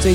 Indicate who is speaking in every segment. Speaker 1: 最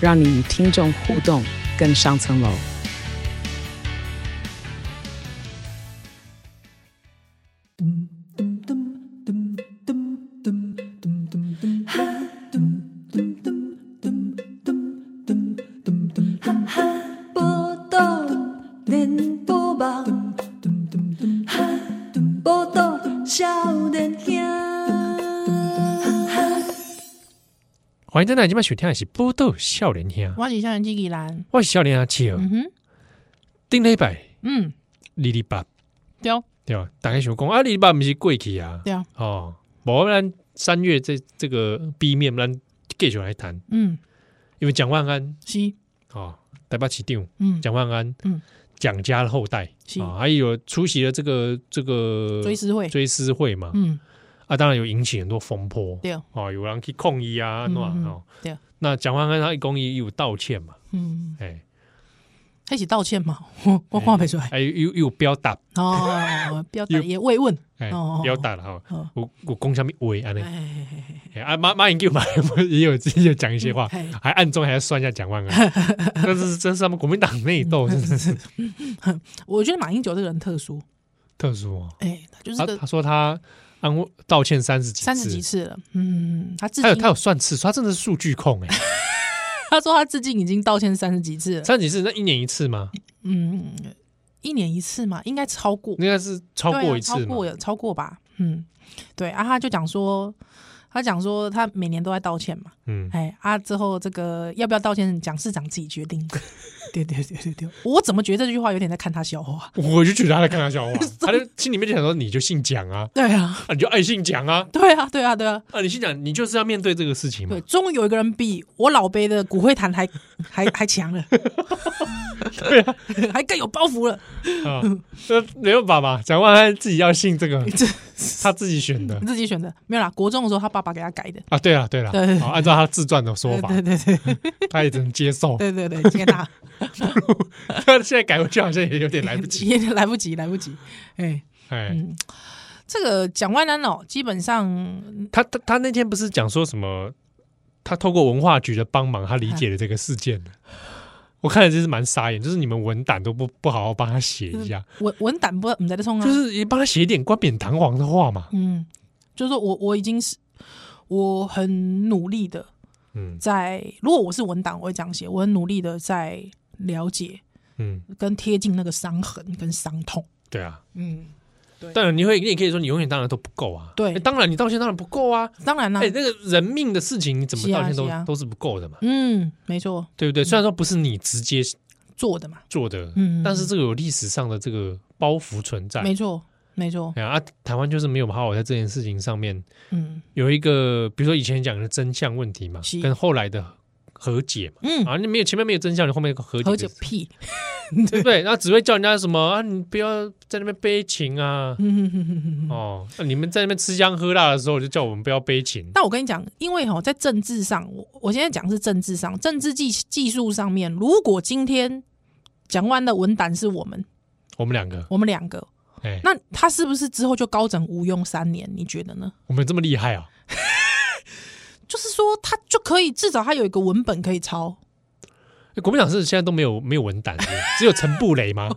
Speaker 1: 让你与听众互动更上层楼。
Speaker 2: 报道连波梦，报道少年兄。
Speaker 3: 哦欢迎登来，今晚收听的是《波豆笑脸兄》，
Speaker 4: 我是少年机器人。
Speaker 3: 我是笑脸阿七儿
Speaker 4: 哦嗯。哼，
Speaker 3: 顶礼拜
Speaker 4: 嗯，
Speaker 3: 二二八
Speaker 4: 对哦
Speaker 3: 对吧？大家想讲啊，二二八不是过去啊？
Speaker 4: 对啊，
Speaker 3: 哦，无咱三月这这个 B 面，咱继续来谈，
Speaker 4: 嗯，
Speaker 3: 因为蒋万安
Speaker 4: 是，
Speaker 3: 哦，台北市长
Speaker 4: 嗯，
Speaker 3: 蒋万安，
Speaker 4: 嗯，
Speaker 3: 蒋家的后代
Speaker 4: 是
Speaker 3: 啊，还有出席了这个这个
Speaker 4: 追思会，
Speaker 3: 追思会嘛，
Speaker 4: 嗯，
Speaker 3: 啊，当然有引起很多风波，
Speaker 4: 对哦，
Speaker 3: 哦，有人去抗议啊，
Speaker 4: 嗯
Speaker 3: 那
Speaker 4: 嗯
Speaker 3: 哦，
Speaker 4: 对啊，
Speaker 3: 那蒋万安他一公一有道歉嘛，
Speaker 4: 嗯，
Speaker 3: 哎，
Speaker 4: 开始道歉嘛， 我我看不出来
Speaker 3: 还有有有表达，
Speaker 4: 哦，表达也慰问，
Speaker 3: 哎
Speaker 4: 哦，
Speaker 3: 表达了哈
Speaker 4: 哦，
Speaker 3: 我我讲什么话安尼
Speaker 4: 哎，哎，
Speaker 3: 哎啊，马马英九嘛 也有自己有讲一些话
Speaker 4: 嗯哎，
Speaker 3: 还暗中还要算一下蒋万 安，但是这是他们国民党内
Speaker 4: 嗯
Speaker 3: 斗，真的是
Speaker 4: 哎我觉得马英九这个人特殊，
Speaker 3: 特殊哦。
Speaker 4: 哎，他就是
Speaker 3: 他
Speaker 4: 个
Speaker 3: 他说他安慰道歉三十几次，
Speaker 4: 三十几次了，嗯，他至
Speaker 3: 他有
Speaker 4: 今
Speaker 3: 他有算次数，他真的是数据控哎，
Speaker 4: 他说他至今已经道歉三十几次了，
Speaker 3: 三十几次那一年一次吗？
Speaker 4: 嗯，一年一次嘛，应该超过，
Speaker 3: 应该是超
Speaker 4: 对
Speaker 3: 过
Speaker 4: 啊
Speaker 3: 一次
Speaker 4: 超
Speaker 3: 嘛
Speaker 4: 过，有超过吧，嗯，对啊，他就讲说，他讲说他每年都在道歉嘛，
Speaker 3: 嗯，
Speaker 4: 哎啊，之后这个要不要道歉，蒋市长自己决定。 对对对对对，我怎么觉得这句话有点在看他笑话？啊
Speaker 3: 我就觉得他在看他笑 话，他就心里面就想说你就姓蒋啊，
Speaker 4: 对啊，
Speaker 3: 啊你就爱姓蒋啊，
Speaker 4: 对啊，对啊，对啊，
Speaker 3: 啊你姓蒋你就是要面对这个事情嘛
Speaker 4: 对，，终于有一个人比我老杯的骨灰坛还还还 强了，
Speaker 3: 对啊，
Speaker 4: 还更有包袱了，
Speaker 3: 啊，那没办法嘛，蒋万安自己要信这 个，
Speaker 4: 这
Speaker 3: 他自己选的
Speaker 4: 你自己选的没有啦。国中的时候，他爸爸给他改的。
Speaker 3: 啊。对了对了，
Speaker 4: 对对
Speaker 3: 好按照他自传的说法，
Speaker 4: 对对对
Speaker 3: 他也只能接受。
Speaker 4: 对对对，现在他
Speaker 3: 他 现在改回去好像也有点来不 及。
Speaker 4: 也来不及，来不及。哎，
Speaker 3: 哎，
Speaker 4: 这个蒋万安哦，基本上
Speaker 3: 他他他那天不是讲说什么？他透过文化局的帮忙，他理解了这个事件 的。我看了真是蛮傻眼，就是你们文胆都不不好好帮他写一下，
Speaker 4: 文文胆不唔在这冲啊，
Speaker 3: 就是也帮他写一点冠冕堂皇的话嘛。
Speaker 4: 嗯，就是说我我已经是我很努力的
Speaker 3: 嗯
Speaker 4: 在，如果我是文档，我会这样写，我很努力的在了解
Speaker 3: 嗯，
Speaker 4: 跟贴近那个伤痕跟伤痛。
Speaker 3: 对啊。
Speaker 4: 嗯，
Speaker 3: 当然你会，你也可以说你永远当然都不够啊。
Speaker 4: 对
Speaker 3: 哎当然你道歉当然不够啊。
Speaker 4: 当然啦、
Speaker 3: 哎、那个人命的事情，你怎么
Speaker 4: 是啊
Speaker 3: 道歉都、
Speaker 4: 是啊
Speaker 3: 都是不够的嘛，
Speaker 4: 嗯，没错，
Speaker 3: 对不对？虽然说不是你直接
Speaker 4: 做的嘛，
Speaker 3: 做的，
Speaker 4: 嗯
Speaker 3: 但是这个有历史上的这个包袱存在。
Speaker 4: 没错，没错，
Speaker 3: 哎呀啊，台湾就是没有好好在这件事情上面
Speaker 4: 嗯
Speaker 3: 有一个，比如说以前讲的真相问题嘛
Speaker 4: 是，
Speaker 3: 跟后来的和解嘛，
Speaker 4: 嗯，
Speaker 3: 啊，你没有前面没有真相，你后面有个和解
Speaker 4: 和
Speaker 3: 的
Speaker 4: 解
Speaker 3: 事，
Speaker 4: 屁，
Speaker 3: 对不对？然后只会叫人家什么啊，你不要在那边悲情啊，
Speaker 4: 嗯哼哼哼哼哼
Speaker 3: 哦，那你们在那边吃香喝辣的时候，就叫我们不要悲情，
Speaker 4: 但我跟你讲，因为哈，在政治上，我我现在讲是政治上，政治技技术上面，如果今天蒋万安的文胆是我们，
Speaker 3: 我们两个，
Speaker 4: 我们两个，
Speaker 3: 哎，
Speaker 4: 那他是不是之后就高枕无忧三年？你觉得呢？
Speaker 3: 我们这么厉害啊，
Speaker 4: 就是说，他就可以至少他有一个文本可以抄，
Speaker 3: 哎国民党是现在都没有没有文胆，是不是 只有陈布雷 吗？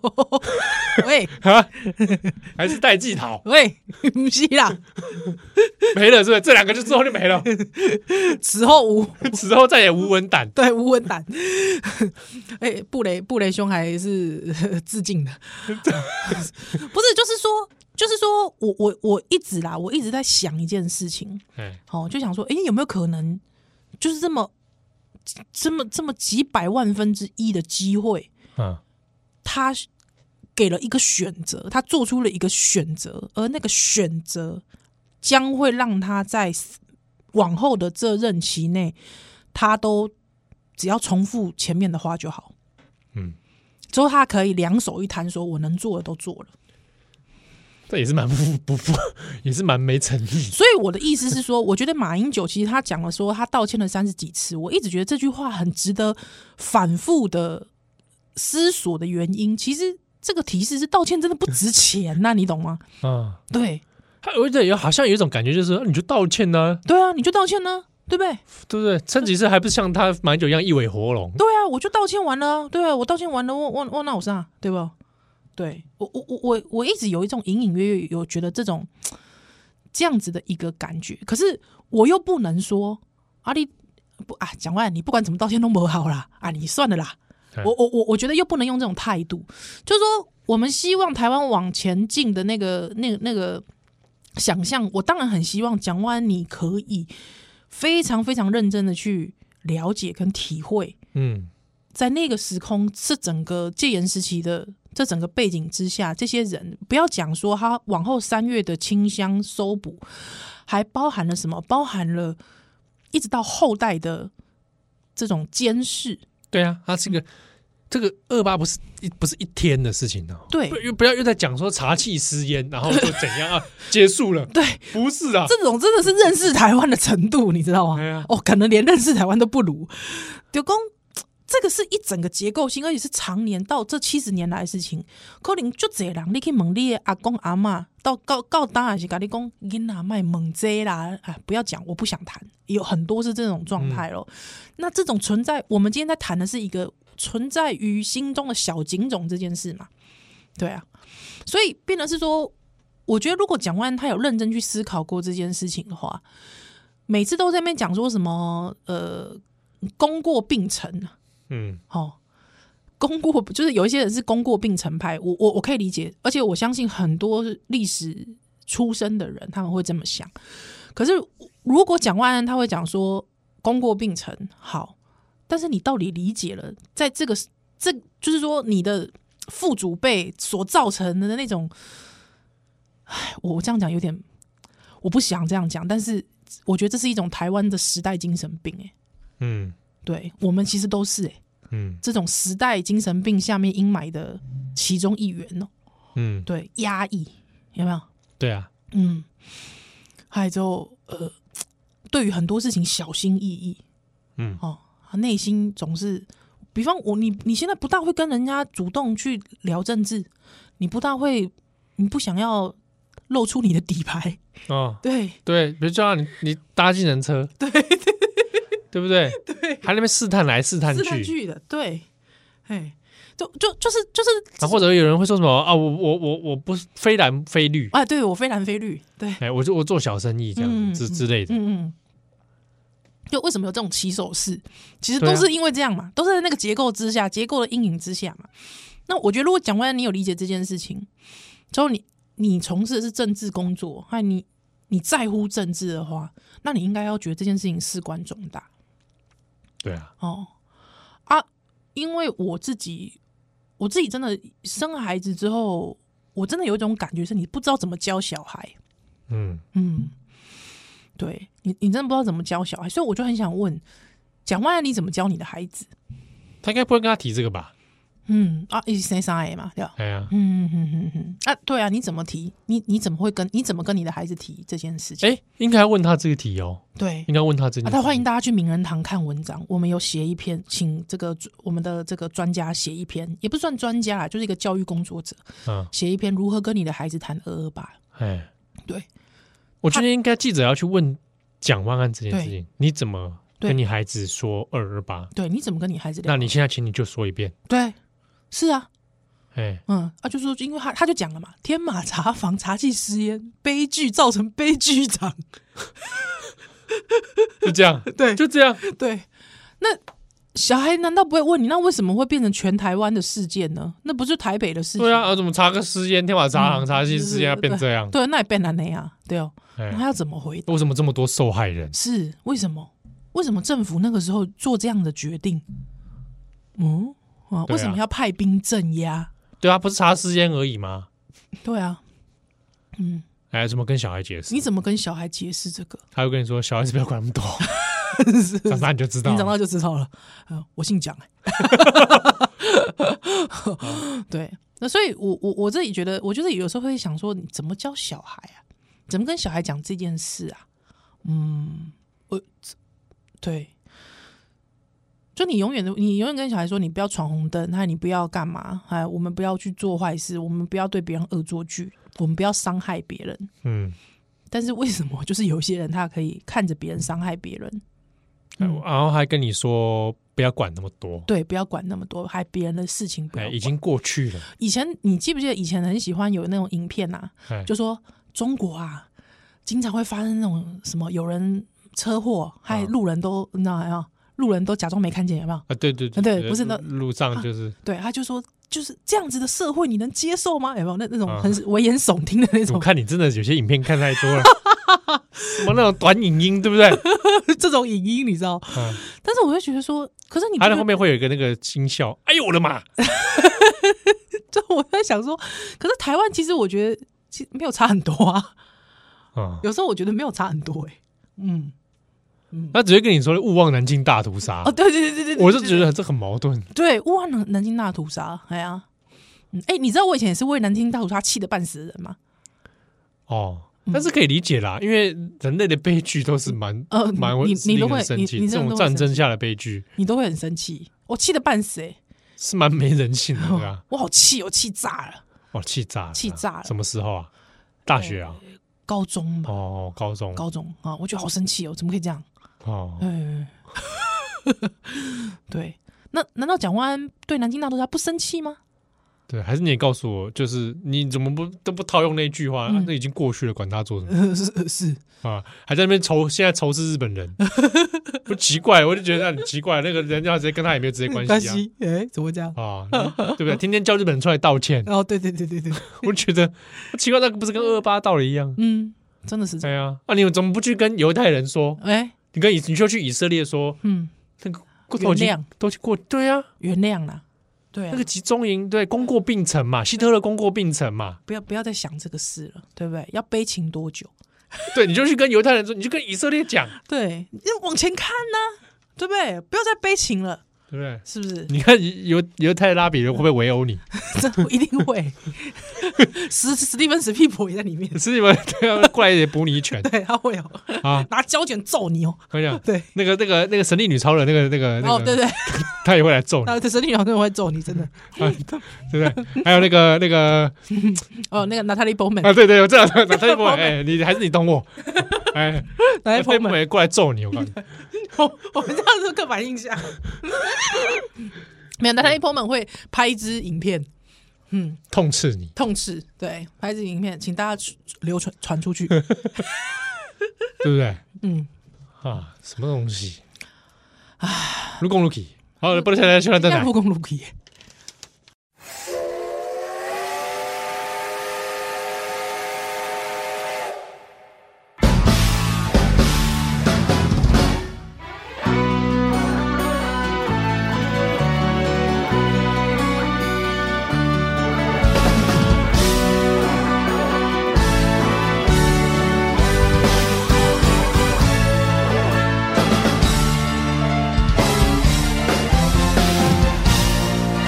Speaker 4: 喂
Speaker 3: 啊， 还是戴季陶
Speaker 4: 喂，不是啦，
Speaker 3: 没了，是不是？这两个就之后就没了，
Speaker 4: 此后无
Speaker 3: 此后再也无文胆。
Speaker 4: 对无文胆。 哎、布雷布雷兄还是 呵呵致敬的，不是，就是说，就是说我我我一直啦，我一直在想一件事情，
Speaker 3: 哎，
Speaker 4: 哦，就想说，哎、有没有可能就是这么这么这么几百万分之一的机会，
Speaker 3: 嗯，
Speaker 4: 他给了一个选择，他做出了一个选择，而那个选择将会让他在往后的这任期内，他都只要重复前面的话就好。
Speaker 3: 嗯，
Speaker 4: 之后他可以两手一摊，说我能做的都做了。
Speaker 3: 这也是蛮不不不，也是蛮没诚意。
Speaker 4: 所以我的意思是说，我觉得马英九其实他讲了说他道歉了三十几次，我一直觉得这句话很值得反复的思索的原因，其实这个提示是道歉真的不值钱呐、你懂吗？
Speaker 3: 啊。
Speaker 4: 对
Speaker 3: 他而且有好像有一种感觉，就是说你就道歉呢、
Speaker 4: 对啊，你就道歉呢、对不对？
Speaker 3: 对不对？甚至是还不是像他马英九一样一尾活龙，
Speaker 4: 对啊，我就道歉完了啊，对啊，我道歉完了，我我我那我啥，对不？对我我我我我一直有一种隐隐约约有觉得这种这样子的一个感觉，可是我又不能说啊你不啊讲完你不管怎么道歉都不好啦啊你算了啦，
Speaker 3: 对
Speaker 4: 我我我我觉得又不能用这种态度，就是说我们希望台湾往前进的那个那个那个想象，我当然很希望蒋万安你可以非常非常认真的去了解跟体会
Speaker 3: 嗯，
Speaker 4: 在那个时空，这整个戒严时期的这整个背景之下，这些人不要讲说他往后三月的清乡搜捕，还包含了什么？包含了一直到后代的这种监视，
Speaker 3: 对啊，他是一个这个二八不是一不是一天的事情哦，
Speaker 4: 对
Speaker 3: 不又不要又在讲说茶气私烟，然后就怎样 啊，结束了，
Speaker 4: 对，
Speaker 3: 不是啊，
Speaker 4: 这种真的是认识台湾的程度，你知道吗
Speaker 3: 哎呀？
Speaker 4: 哦，可能连认识台湾都不如。就公，这个是一整个结构性，而且是常年到这七十年来的事情。可能就这人，你去问你的阿公阿嬷，到到到当然是跟你讲，囡仔卖问这啦，啊，不要讲，我不想谈。有很多是这种状态咯。那这种存在，我们今天在谈的是一个存在于心中的小警种这件事嘛？对啊，所以变得是说，我觉得如果蒋万安他有认真去思考过这件事情的话，每次都在那边讲说什么呃，功过并啊成
Speaker 3: 嗯，
Speaker 4: 哦，功过就是有一些人是功过并成派，我我我可以理解，而且我相信很多历史出身的人他们会这么想。可是如果蒋万安他会讲说功过并成好，但是你到底理解了，在这个这就是说你的父祖辈所造成的那种，唉，我我这样讲有点，我不想这样讲，但是我觉得这是一种台湾的时代精神病、欸，
Speaker 3: 嗯
Speaker 4: 对我们其实都是、欸，
Speaker 3: 嗯
Speaker 4: 这种时代精神病下面阴霾的其中一员哦、
Speaker 3: 嗯，
Speaker 4: 对，压抑有没有？
Speaker 3: 对啊，
Speaker 4: 嗯，还有之后呃，对于很多事情小心翼翼，
Speaker 3: 嗯
Speaker 4: 哦，内心总是，比方我你你现在不大会跟人家主动去聊政治，你不大会，你不想要露出你的底牌，
Speaker 3: 哦，
Speaker 4: 对
Speaker 3: 对，比如叫你你搭计程车，对 对不对？对，还在那边试探来试探
Speaker 4: 自然
Speaker 3: 去，
Speaker 4: 剧的，对，哎，就就就是就是，
Speaker 3: 啊，或者有人会说什么啊，我我我我不是非蓝非绿，
Speaker 4: 啊，对我非蓝非绿，对，
Speaker 3: 哎，我就我做小生意这样
Speaker 4: 嗯
Speaker 3: 之之类的，
Speaker 4: 嗯嗯。就为什么有这种起手式，其实
Speaker 3: 对啊
Speaker 4: 都是因为这样嘛，都是在那个结构之下，结构的阴影之下嘛。那我觉得，如果蒋万安你有理解这件事情，之后你你从事的是政治工作，还你你在乎政治的话，那你应该要觉得这件事情事关重大
Speaker 3: 对啊，
Speaker 4: 哦啊！因为我自己，我自己真的生孩子之后，我真的有一种感觉是，你不知道怎么教小孩。
Speaker 3: 嗯
Speaker 4: 嗯，对你，你真的不知道怎么教小孩，所以我就很想问，蒋万安你怎么教你的孩子？
Speaker 3: 他应该不会跟他提这个吧？
Speaker 4: 嗯啊，一生三 A 嘛，对吧？
Speaker 3: 哎呀，
Speaker 4: 嗯嗯嗯嗯嗯啊，对啊，你怎么提？你你怎么会跟你怎么跟你的孩子提这件事情？
Speaker 3: 哎，应该问他这个题哦，
Speaker 4: 对
Speaker 3: 应。该问他这
Speaker 4: 啊，
Speaker 3: 个题。
Speaker 4: 他欢迎大家去名人堂看文章，我们有写一篇，请这个我们的这个专家写一篇，也不算专家啦，就是一个教育工作者
Speaker 3: 嗯，
Speaker 4: 写一篇如何跟你的孩子谈二二八。
Speaker 3: 哎，
Speaker 4: 对，
Speaker 3: 我觉得应该记者要去问蒋万安这件事
Speaker 4: 对
Speaker 3: 情，你怎么
Speaker 4: 对
Speaker 3: 跟你孩子说二二八？
Speaker 4: 对，你怎么跟你孩子聊？
Speaker 3: 那你现在请你就说一遍，
Speaker 4: 对，是啊，
Speaker 3: 哎，
Speaker 4: 嗯，啊，就说，因为他他就讲了嘛，天马茶坊茶气失烟，悲剧造成悲剧长。
Speaker 3: 就这样，
Speaker 4: 对
Speaker 3: 就这样，
Speaker 4: 对，那小孩难道不会问你，那为什么会变成全台湾的事件呢？那不是台北的事情？
Speaker 3: 对啊，啊，怎么查个私烟，天马茶行查
Speaker 4: 就
Speaker 3: 西
Speaker 4: 是
Speaker 3: 私烟要变这样？
Speaker 4: 对，那也变难的呀，对哦，那他
Speaker 3: 哎，
Speaker 4: 要怎么回答？
Speaker 3: 为什么这么多受害人？
Speaker 4: 是为什么？为什么政府那个时候做这样的决定？嗯啊，
Speaker 3: 对啊
Speaker 4: 为什么要派兵镇压？
Speaker 3: 对啊，不是查私烟而已吗？
Speaker 4: 对啊，嗯，
Speaker 3: 哎，怎么跟小孩解释
Speaker 4: 你？怎么跟小孩解释这个？
Speaker 3: 他会跟你说，小孩子不要管那么多，
Speaker 4: 是
Speaker 3: 长大你就知道
Speaker 4: 你
Speaker 3: 了，
Speaker 4: 长大就知道了。呃，我姓蒋、欸。 对，那所以我我我自己觉得，我就是有时候会想说，你怎么教小孩啊？怎么跟小孩讲这件事啊？嗯，我对，就你永远的，你永远跟小孩说，你不要闯红灯，还有你不要干嘛？哎，我们不要去做坏事，我们不要对别人恶作剧，我们不要伤害别人。
Speaker 3: 嗯，
Speaker 4: 但是为什么就是有些人他可以看着别人伤害别人？嗯
Speaker 3: 哎然后还跟你说不要管那么多，
Speaker 4: 对，不要管那么多，还别人的事情不要
Speaker 3: 哎，
Speaker 4: 管。
Speaker 3: 已经过去了，
Speaker 4: 以前你记不记得以前很喜欢有那种影片啊，
Speaker 3: 哎，
Speaker 4: 就说中国啊，经常会发生那种什么有人车祸，还
Speaker 3: 嗯
Speaker 4: 路人都、你知道有没有？路人都假装没看见，有没有？
Speaker 3: 啊，对对
Speaker 4: 啊对不是那啊
Speaker 3: 路上就是
Speaker 4: 对，他就说就是这样子的社会，你能接受吗？有没有那那种
Speaker 3: 嗯
Speaker 4: 很危言耸听的那
Speaker 3: 我
Speaker 4: 种
Speaker 3: 看你真的有些影片看太多 了，什么那种短影音，对不对？啊
Speaker 4: 这种影音，你知道？
Speaker 3: 嗯，
Speaker 4: 但是我会觉得说，可是你不
Speaker 3: 它的
Speaker 4: 觉
Speaker 3: 后面会有一个那个音效，哎呦我的妈！
Speaker 4: 就我在想说，可是台湾其实我觉得其实没有差很多啊，
Speaker 3: 啊，
Speaker 4: 有时候我觉得没有差很多哎、嗯，
Speaker 3: 他直接跟你说勿忘南京大屠杀
Speaker 4: 哦，，对对对对对对，
Speaker 3: 啊我就
Speaker 4: 对
Speaker 3: 觉得这很矛盾。
Speaker 4: 对，哇，南南京大屠杀，哎呀，嗯，哎、你知道我以前也是为南京大屠杀气得半死的人吗？
Speaker 3: 哦，
Speaker 4: 嗯
Speaker 3: 但是可以理解啦，因为人类的悲剧都是蛮
Speaker 4: 呃
Speaker 3: 蛮
Speaker 4: 你你都
Speaker 3: 令
Speaker 4: 会
Speaker 3: 人生
Speaker 4: 你
Speaker 3: 气，
Speaker 4: 你
Speaker 3: 这
Speaker 4: 真的
Speaker 3: 种
Speaker 4: 都会
Speaker 3: 战
Speaker 4: 生
Speaker 3: 争下的悲剧
Speaker 4: 你都会很生气，我气得半死、欸，
Speaker 3: 是蛮没人性的，对
Speaker 4: 哎
Speaker 3: 吧？，
Speaker 4: 我好气，我气炸了。
Speaker 3: 哦，气炸了，
Speaker 4: 气炸了
Speaker 3: 什么时候啊？大学啊？
Speaker 4: 高中吧，
Speaker 3: 哦，高中
Speaker 4: 高中啊，我觉得好生气哦，怎么可以这样？
Speaker 3: 哦，
Speaker 4: 哎， 对，那难道蒋万安对南京大屠杀不生气吗？
Speaker 3: 对，还是你也告诉我，就是你怎么不都不套用那句话？啊那已经过去了，管他做什么
Speaker 4: 呃，嗯 是是，
Speaker 3: 啊？还在那边仇，现在仇视日本 人，不奇怪？我就觉得很奇怪，那个人家直接跟他也没有直接关系啊。，
Speaker 4: 哎，怎么会这样？
Speaker 3: 啊，对不对？天天叫日本人出来道 歉，
Speaker 4: 哦，对对对对对，
Speaker 3: 我觉得奇怪，那个不是跟二八道理一样？
Speaker 4: 嗯，真的是这
Speaker 3: 对
Speaker 4: 样，
Speaker 3: 呀、啊，你怎么不去跟犹太人说？
Speaker 4: 哎、
Speaker 3: 你跟以你就去以色列说，
Speaker 4: 嗯，
Speaker 3: 那个都已
Speaker 4: 原
Speaker 3: 经
Speaker 4: 谅
Speaker 3: 都去过，对啊，
Speaker 4: 原谅啦，对啊，
Speaker 3: 那个集中营，对，功过并成嘛，希特勒功过并成嘛，
Speaker 4: 不要不要再想这个事了，对不对？要悲情多久？
Speaker 3: 对，你就去跟犹太人说，你就跟以色列讲，
Speaker 4: 对，要往前看呐、对不对？不要再悲情了，
Speaker 3: 对不对？
Speaker 4: 是不是？
Speaker 3: 你看犹犹太拉比人会不会围殴你？
Speaker 4: 这我一定会。 史史蒂芬史屁婆也在里面
Speaker 3: 可，是你们对啊，过来也补你一拳
Speaker 4: 对他会哦，
Speaker 3: 啊！
Speaker 4: 拿胶卷揍你哦。
Speaker 3: 我跟你讲，
Speaker 4: 对，
Speaker 3: 那个那个那个神力女超人，那个那个那
Speaker 4: 哦，对
Speaker 3: 个，
Speaker 4: 对，
Speaker 3: 他也会来 揍你，啊
Speaker 4: 那这神女好像会揍你，真 的。
Speaker 3: 对不对？还有那个那个
Speaker 4: 哦，那个娜塔莉·波曼，
Speaker 3: 啊，对对，我知道，知道，太不
Speaker 4: 彭
Speaker 3: 美，
Speaker 4: 美
Speaker 3: 哎，你还是你懂 我，哎，
Speaker 4: 娜塔莉·波
Speaker 3: 太不
Speaker 4: 曼，
Speaker 3: 美过来揍你，我告诉你，
Speaker 4: 我 我们这样是刻板印象。 没有，娜塔莉·波曼会拍一支影片，嗯，
Speaker 3: 痛斥你，
Speaker 4: 痛斥，对，拍一支影片，请大家出流传 传出去。
Speaker 3: 对不对？
Speaker 4: 嗯，
Speaker 3: 啊，什么东西？啊，如公如体，好，不能现在现在在
Speaker 4: 应
Speaker 3: 哪
Speaker 4: 该？不公路可以。
Speaker 5: 「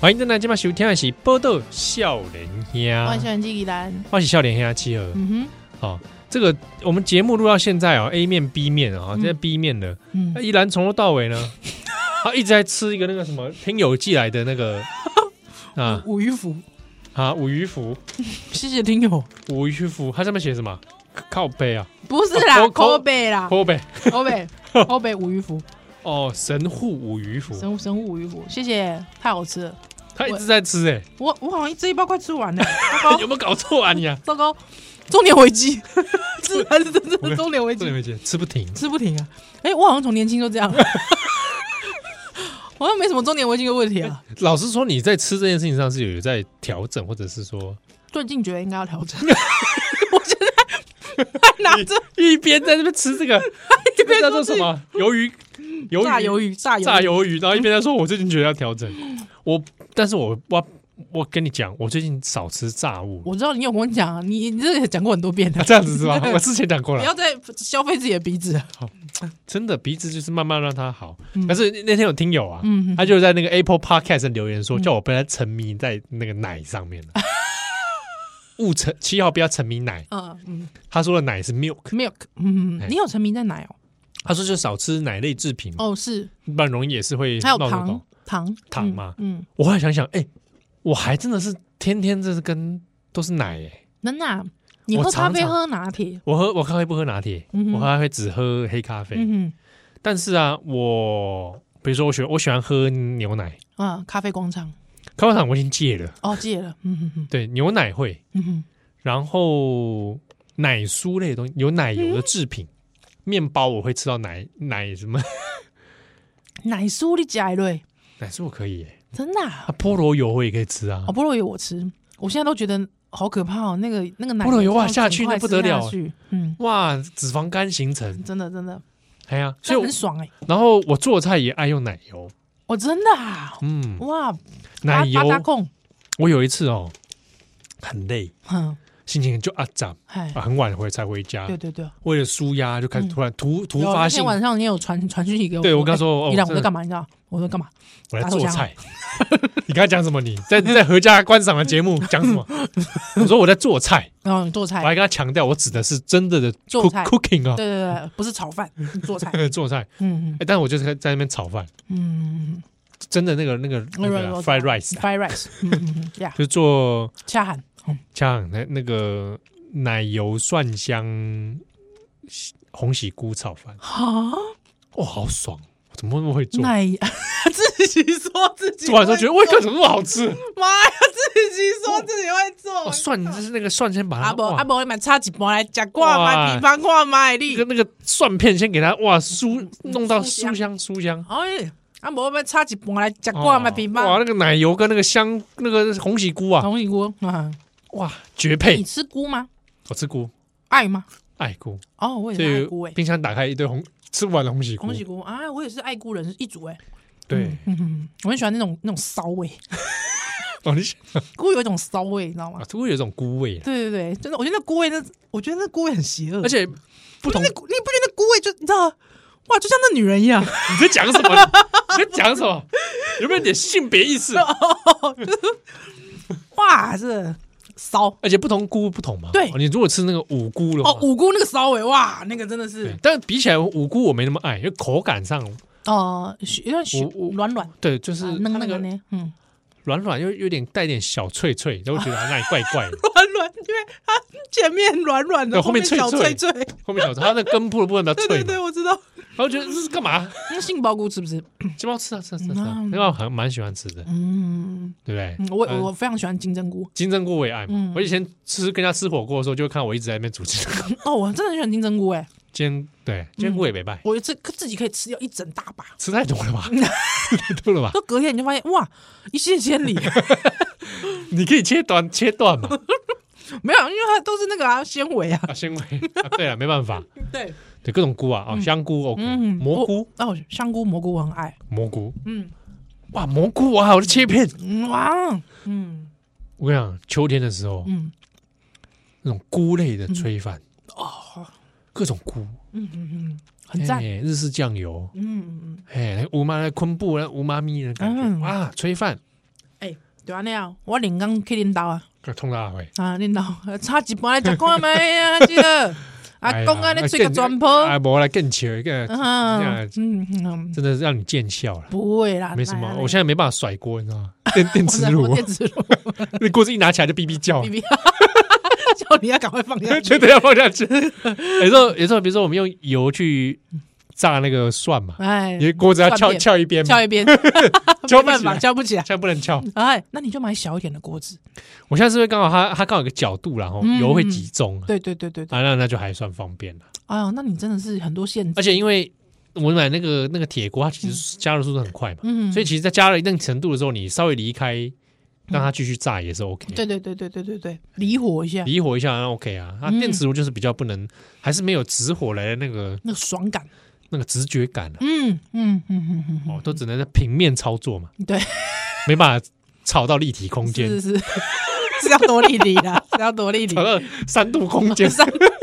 Speaker 3: 欢迎再来今晚收听的是《波豆笑脸
Speaker 4: 万
Speaker 3: 兄》，
Speaker 4: 象机器人，
Speaker 3: 欢喜笑脸兄啊七儿。
Speaker 4: 嗯
Speaker 3: 好，这个我们节目录到现在哦，A 面 B 面啊，
Speaker 4: 嗯
Speaker 3: 现在 B 面的，哎
Speaker 4: 哼，嗯
Speaker 3: 那，依然从头到尾 呢，他一直在吃一个那个什么听友寄来的那 个啊
Speaker 4: 五鱼符，
Speaker 3: 啊五鱼符，
Speaker 4: 谢谢听友，
Speaker 3: 五鱼符，它上面写什么？靠背啊，
Speaker 4: 不是啦，
Speaker 3: 口口
Speaker 4: 口北啦，
Speaker 3: 靠背
Speaker 4: 口北， 口北五鱼符，
Speaker 3: 哦，神户五鱼符，
Speaker 4: 神神物五鱼符，谢谢，太好吃了，
Speaker 3: 他一直在吃哎、
Speaker 4: 我我好像这一包快吃 完了，糟
Speaker 3: 有
Speaker 4: 糕
Speaker 3: 没有搞错啊你 啊？
Speaker 4: 糟糕，中年 危机，是还是真正的中年危
Speaker 3: 不
Speaker 4: 机
Speaker 3: 能，理解，吃不停。
Speaker 4: 吃不停啊，哎，我好像从年轻就 这样了，好像没什么中年危机的问题啊，
Speaker 3: 老实说，你在吃这件事情上是有有在调整，或者是说
Speaker 4: 最近觉得应该要调整， 我现在还
Speaker 3: 啊
Speaker 4: 拿着
Speaker 3: 一边在那边吃这 个，这个叫做什么鱿鱼，鱿
Speaker 4: 炸
Speaker 3: 鱼嗯
Speaker 4: 鱿鱼，炸鱿鱼，
Speaker 3: 炸鱿鱼，然后一边在说，我最近觉得要调整。我，但是我我我跟你讲，我最近少吃炸物，
Speaker 4: 我知道你有跟我讲啊，你你这个也讲过很多遍
Speaker 3: 啊
Speaker 4: 了，
Speaker 3: 这样子 是吧？ 我之前讲过
Speaker 4: 不要
Speaker 3: 了，
Speaker 4: 再消费自己的鼻子。啊
Speaker 3: 真的鼻子就是慢慢让它好。但是那天有听友啊，
Speaker 4: 嗯，
Speaker 3: 他就在那个 Apple Podcast 留言说，叫我不要沉迷在那个奶上面 了，勿沉七号不要沉迷奶。
Speaker 4: 嗯嗯
Speaker 3: 他说的奶是 milk，
Speaker 4: ，milk，嗯
Speaker 3: 哎，
Speaker 4: 你有沉迷在奶哦？
Speaker 3: 他说就少吃奶类制品，
Speaker 4: 哦，是，
Speaker 3: 不然容易也是会
Speaker 4: 还有
Speaker 3: 闹得
Speaker 4: 糖
Speaker 3: 懂。
Speaker 4: 糖
Speaker 3: 糖
Speaker 4: 嗯
Speaker 3: 嘛
Speaker 4: 嗯，
Speaker 3: 我后来想想，哎，我还真的是天天这是跟都是奶哎。
Speaker 4: 能啊，你
Speaker 3: 我
Speaker 4: 喝咖啡
Speaker 3: 常常
Speaker 4: 喝拿铁，
Speaker 3: 我喝我咖啡不喝拿铁，
Speaker 4: 嗯哼
Speaker 3: 我咖啡只喝黑咖啡。
Speaker 4: 嗯
Speaker 3: 但是啊，我比如说我喜我喜欢喝牛奶，
Speaker 4: 哼，啊，咖啡广场，
Speaker 3: 咖啡厂我已经戒了，
Speaker 4: 哦，戒了，嗯哼哼，
Speaker 3: 对牛奶会，
Speaker 4: 嗯哼，
Speaker 3: 然后奶酥类的东西，有奶油
Speaker 4: 嗯
Speaker 3: 的制品，面包我会吃到奶奶什 么
Speaker 4: 奶酥你加一类，
Speaker 3: 奶酥我可以耶，
Speaker 4: 真的啊
Speaker 3: 啊，菠萝油我也可以吃啊
Speaker 4: 哦，，菠萝油我吃，我现在都觉得好可怕哦，那个那个奶
Speaker 3: 菠萝油啊
Speaker 4: 这
Speaker 3: 下
Speaker 4: 样
Speaker 3: 去
Speaker 4: 整块
Speaker 3: 那不得了
Speaker 4: 吃下去嗯，
Speaker 3: 哇，脂肪肝形成，
Speaker 4: 真的真的，
Speaker 3: 哎呀，所以
Speaker 4: 所以
Speaker 3: 我
Speaker 4: 很爽哎，
Speaker 3: 然后我做菜也爱用奶油，
Speaker 4: 哦，真的啊，
Speaker 3: 嗯，
Speaker 4: 哇，
Speaker 3: 奶油
Speaker 4: 八八大控，
Speaker 3: 我有一次哦，很累，
Speaker 4: 哼，
Speaker 3: 心情就啊涨
Speaker 4: 嗨
Speaker 3: 啊，，很晚回才回家，
Speaker 4: 对对对。
Speaker 3: 为了舒压，就开始突然突突
Speaker 4: 有那
Speaker 3: 发
Speaker 4: 天
Speaker 3: 性，
Speaker 4: 晚上你有传传讯息给我，哎
Speaker 3: 对我刚说哦
Speaker 4: 你让我
Speaker 3: 真的
Speaker 4: 在干嘛？你知道我在干嘛？
Speaker 3: 我来
Speaker 4: 打手
Speaker 3: 做
Speaker 4: 枪
Speaker 3: 菜。 你刚才讲什么你？在在合家观赏的节目讲 什么？我说我在做菜，
Speaker 4: 然后你做
Speaker 3: 我
Speaker 4: 菜，
Speaker 3: 还跟他强调，我指的是真的的
Speaker 4: 做
Speaker 3: cook
Speaker 4: 菜
Speaker 3: cooking 啊
Speaker 4: 对，对对，不是炒饭，你做菜。
Speaker 3: 做菜。
Speaker 4: 嗯
Speaker 3: 哎，但是我就是在那边炒饭，
Speaker 4: 嗯嗯
Speaker 3: 真的那个那个那个啊 fried rice，啊
Speaker 4: ，fried rice，嗯嗯嗯，yeah，
Speaker 3: 就做
Speaker 4: 恰汉，嗯
Speaker 3: 像那那个奶油蒜香红喜菇炒饭，
Speaker 4: 啊，
Speaker 3: 哇，好爽！我怎么那么会做？
Speaker 4: 奶自己说自己
Speaker 3: 做完之后觉得，
Speaker 4: 会
Speaker 3: 喂，
Speaker 4: 做
Speaker 3: 干什么那么好吃？
Speaker 4: 妈呀，自己说自己会
Speaker 3: 哦，
Speaker 4: 做。啊
Speaker 3: 蒜就是那个蒜先把它
Speaker 4: 阿伯
Speaker 3: 哇
Speaker 4: 阿伯，你买差几包来吃挂
Speaker 3: 哇
Speaker 4: 嘛，地方挂嘛你
Speaker 3: 那个。那个蒜片先给它哇酥，弄到酥
Speaker 4: 酥
Speaker 3: 香酥香。
Speaker 4: 哎，阿伯买差几包来吃挂嘛，地
Speaker 3: 哦哇，
Speaker 4: 方。
Speaker 3: 那个奶油跟那个香那个哎红喜菇啊，
Speaker 4: 同一锅啊，
Speaker 3: 哇，绝
Speaker 4: 你
Speaker 3: 配！
Speaker 4: 吃菇吗？
Speaker 3: 我吃菇，
Speaker 4: 爱吗？
Speaker 3: 爱菇，
Speaker 4: 哦，我也
Speaker 3: 所
Speaker 4: 是爱
Speaker 3: 以
Speaker 4: 菇哎，
Speaker 3: 冰箱打开一堆红，吃不完的红喜菇
Speaker 4: 红。喜菇啊，我也是爱菇人一族哎，
Speaker 3: 对，
Speaker 4: 嗯，我很喜欢那种那种骚味，
Speaker 3: 哦，你想
Speaker 4: 菇有一种骚味，你知道吗
Speaker 3: 啊，？这会有一种菇味啊，
Speaker 4: 对对对，真的，我觉得那菇味那，我觉得那菇味很邪恶，
Speaker 3: 而且不
Speaker 4: 不
Speaker 3: 同
Speaker 4: 那菇你不觉得那菇味就你知道，哇，就像那女人一 样，
Speaker 3: 你在讲什么？你在讲什么？有没有点性别意 识？
Speaker 4: 哇，这骚
Speaker 3: 而且不同菇不同嘛。
Speaker 4: 对
Speaker 3: 哦你如果吃那个五菇的话
Speaker 4: 哦，，五菇那个骚味，哇，那个真的
Speaker 3: 对
Speaker 4: 是，
Speaker 3: 但比起来五菇我没那么爱，因为口感上，
Speaker 4: 呃，许有点许
Speaker 3: 我我
Speaker 4: 软软啊
Speaker 3: 对，就是它
Speaker 4: 嫩
Speaker 3: 那
Speaker 4: 那个
Speaker 3: 个
Speaker 4: 呢， 嗯，
Speaker 3: 软软又有点带点小脆脆，然后 觉得它啊那里怪怪的。
Speaker 4: 软软，因为它前面软软
Speaker 3: 对
Speaker 4: 的，
Speaker 3: 后面
Speaker 4: 面
Speaker 3: 脆
Speaker 4: 小
Speaker 3: 脆
Speaker 4: 脆，
Speaker 3: 后面小它那根部的部分比较
Speaker 4: 对
Speaker 3: 脆
Speaker 4: 对
Speaker 3: 嘛
Speaker 4: 对，，我知道。
Speaker 3: 然后觉得这是干嘛？
Speaker 4: 那杏鲍菇吃不吃？
Speaker 3: 金包吃啊吃啊吃啊吃啊，
Speaker 4: 嗯
Speaker 3: 那个好像蛮喜欢吃的，
Speaker 4: 嗯，
Speaker 3: 对不对
Speaker 4: 嗯？我
Speaker 3: 呃
Speaker 4: 我非常喜欢金针菇，
Speaker 3: 金针菇我也爱嘛
Speaker 4: 嗯，
Speaker 3: 我以前吃跟人家吃火锅的时候，就会看我一直在那边煮金针菇
Speaker 4: 哦，我真的很喜欢金针菇哎，
Speaker 3: 煎，对金针菇也没败，
Speaker 4: 我这自己可以吃掉一整大把。
Speaker 3: 吃太多了吧？ 吃太多了吧？
Speaker 4: 就隔天你就发现哇，一泻千里，
Speaker 3: 你可以切短切断嘛，
Speaker 4: 没有，因为它都是那个啊纤维啊，
Speaker 3: 啊纤维啊，对啊，没办法，
Speaker 4: 对，
Speaker 3: 对各种菇啊，哦香菇 OK，
Speaker 4: 嗯，
Speaker 3: 蘑菇
Speaker 4: 我哦，香菇蘑菇我很爱，
Speaker 3: 蘑菇，
Speaker 4: 嗯
Speaker 3: 哇蘑菇哇，我就切片，
Speaker 4: 嗯哇，嗯
Speaker 3: 我跟你讲，秋天的时候
Speaker 4: 嗯
Speaker 3: 那种菇类的炊饭哦
Speaker 4: 哦，
Speaker 3: 各种菇，
Speaker 4: 嗯嗯嗯，很赞
Speaker 3: 哎，日式酱油，
Speaker 4: 嗯嗯嗯，
Speaker 3: 哎，那个吴妈那昆布那吴妈咪的感觉，
Speaker 4: 嗯
Speaker 3: 哇，炊饭，
Speaker 4: 哎，就安尼啊，我连工去恁兜啊，
Speaker 3: 冲大会。
Speaker 4: 啊恁 兜差一半来食看麦啊，即个啊，讲安尼嘴甲全破，
Speaker 3: 哎啊，无来更笑一个，
Speaker 4: 啊
Speaker 3: 这
Speaker 4: 嗯嗯，
Speaker 3: 真的是让你见笑了。
Speaker 4: 不会啦，
Speaker 3: 没什么
Speaker 4: 哪，有
Speaker 3: 我现在没办法甩锅，你知道 吗？电电磁炉
Speaker 4: 啊我，电磁炉，
Speaker 3: 那锅子一拿起来就哔哔叫
Speaker 4: 哔，哔，叫你要赶快放下去
Speaker 3: 绝对要放下去。有时候，有时候，比如说我们用油去炸那个蒜嘛，
Speaker 4: 哎
Speaker 3: 你，锅子要翘
Speaker 4: 蒜片
Speaker 3: 翘一边嘛，
Speaker 4: 翘一 边，没
Speaker 3: 翘不
Speaker 4: 办
Speaker 3: 起
Speaker 4: 法，
Speaker 3: 来，
Speaker 4: 翘不起来。
Speaker 3: 现在不能翘。
Speaker 4: 哎，那你就买小一点的锅子。
Speaker 3: 我下次会刚好它它刚好有个角度啦，然后
Speaker 4: 嗯
Speaker 3: 油会集中啊，
Speaker 4: 对对对对对。
Speaker 3: 啊那那就还算方便了。
Speaker 4: 哎呦，那你真的是很多限制。
Speaker 3: 而且因为我们买那个那个铁锅，它其实加热速度很快嘛，
Speaker 4: 嗯
Speaker 3: 所以其实在加热一定程度的时候，你稍微离开，让它继续炸也是 OK。
Speaker 4: 对对对对对对对，离火一下，
Speaker 3: 离火一下那 OK 啊，它
Speaker 4: 嗯
Speaker 3: 电磁炉就是比较不能，还是没有直火来的那个
Speaker 4: 那个爽感。
Speaker 3: 那个直觉感啊，
Speaker 4: 嗯嗯嗯嗯嗯
Speaker 3: 哦，都只能在平面操作嘛，
Speaker 4: 嗯，对，
Speaker 3: 没办法炒到立体空间
Speaker 4: 是，是 是，是要多立体啦，是要多立 体
Speaker 3: 炒。到呃三度空间，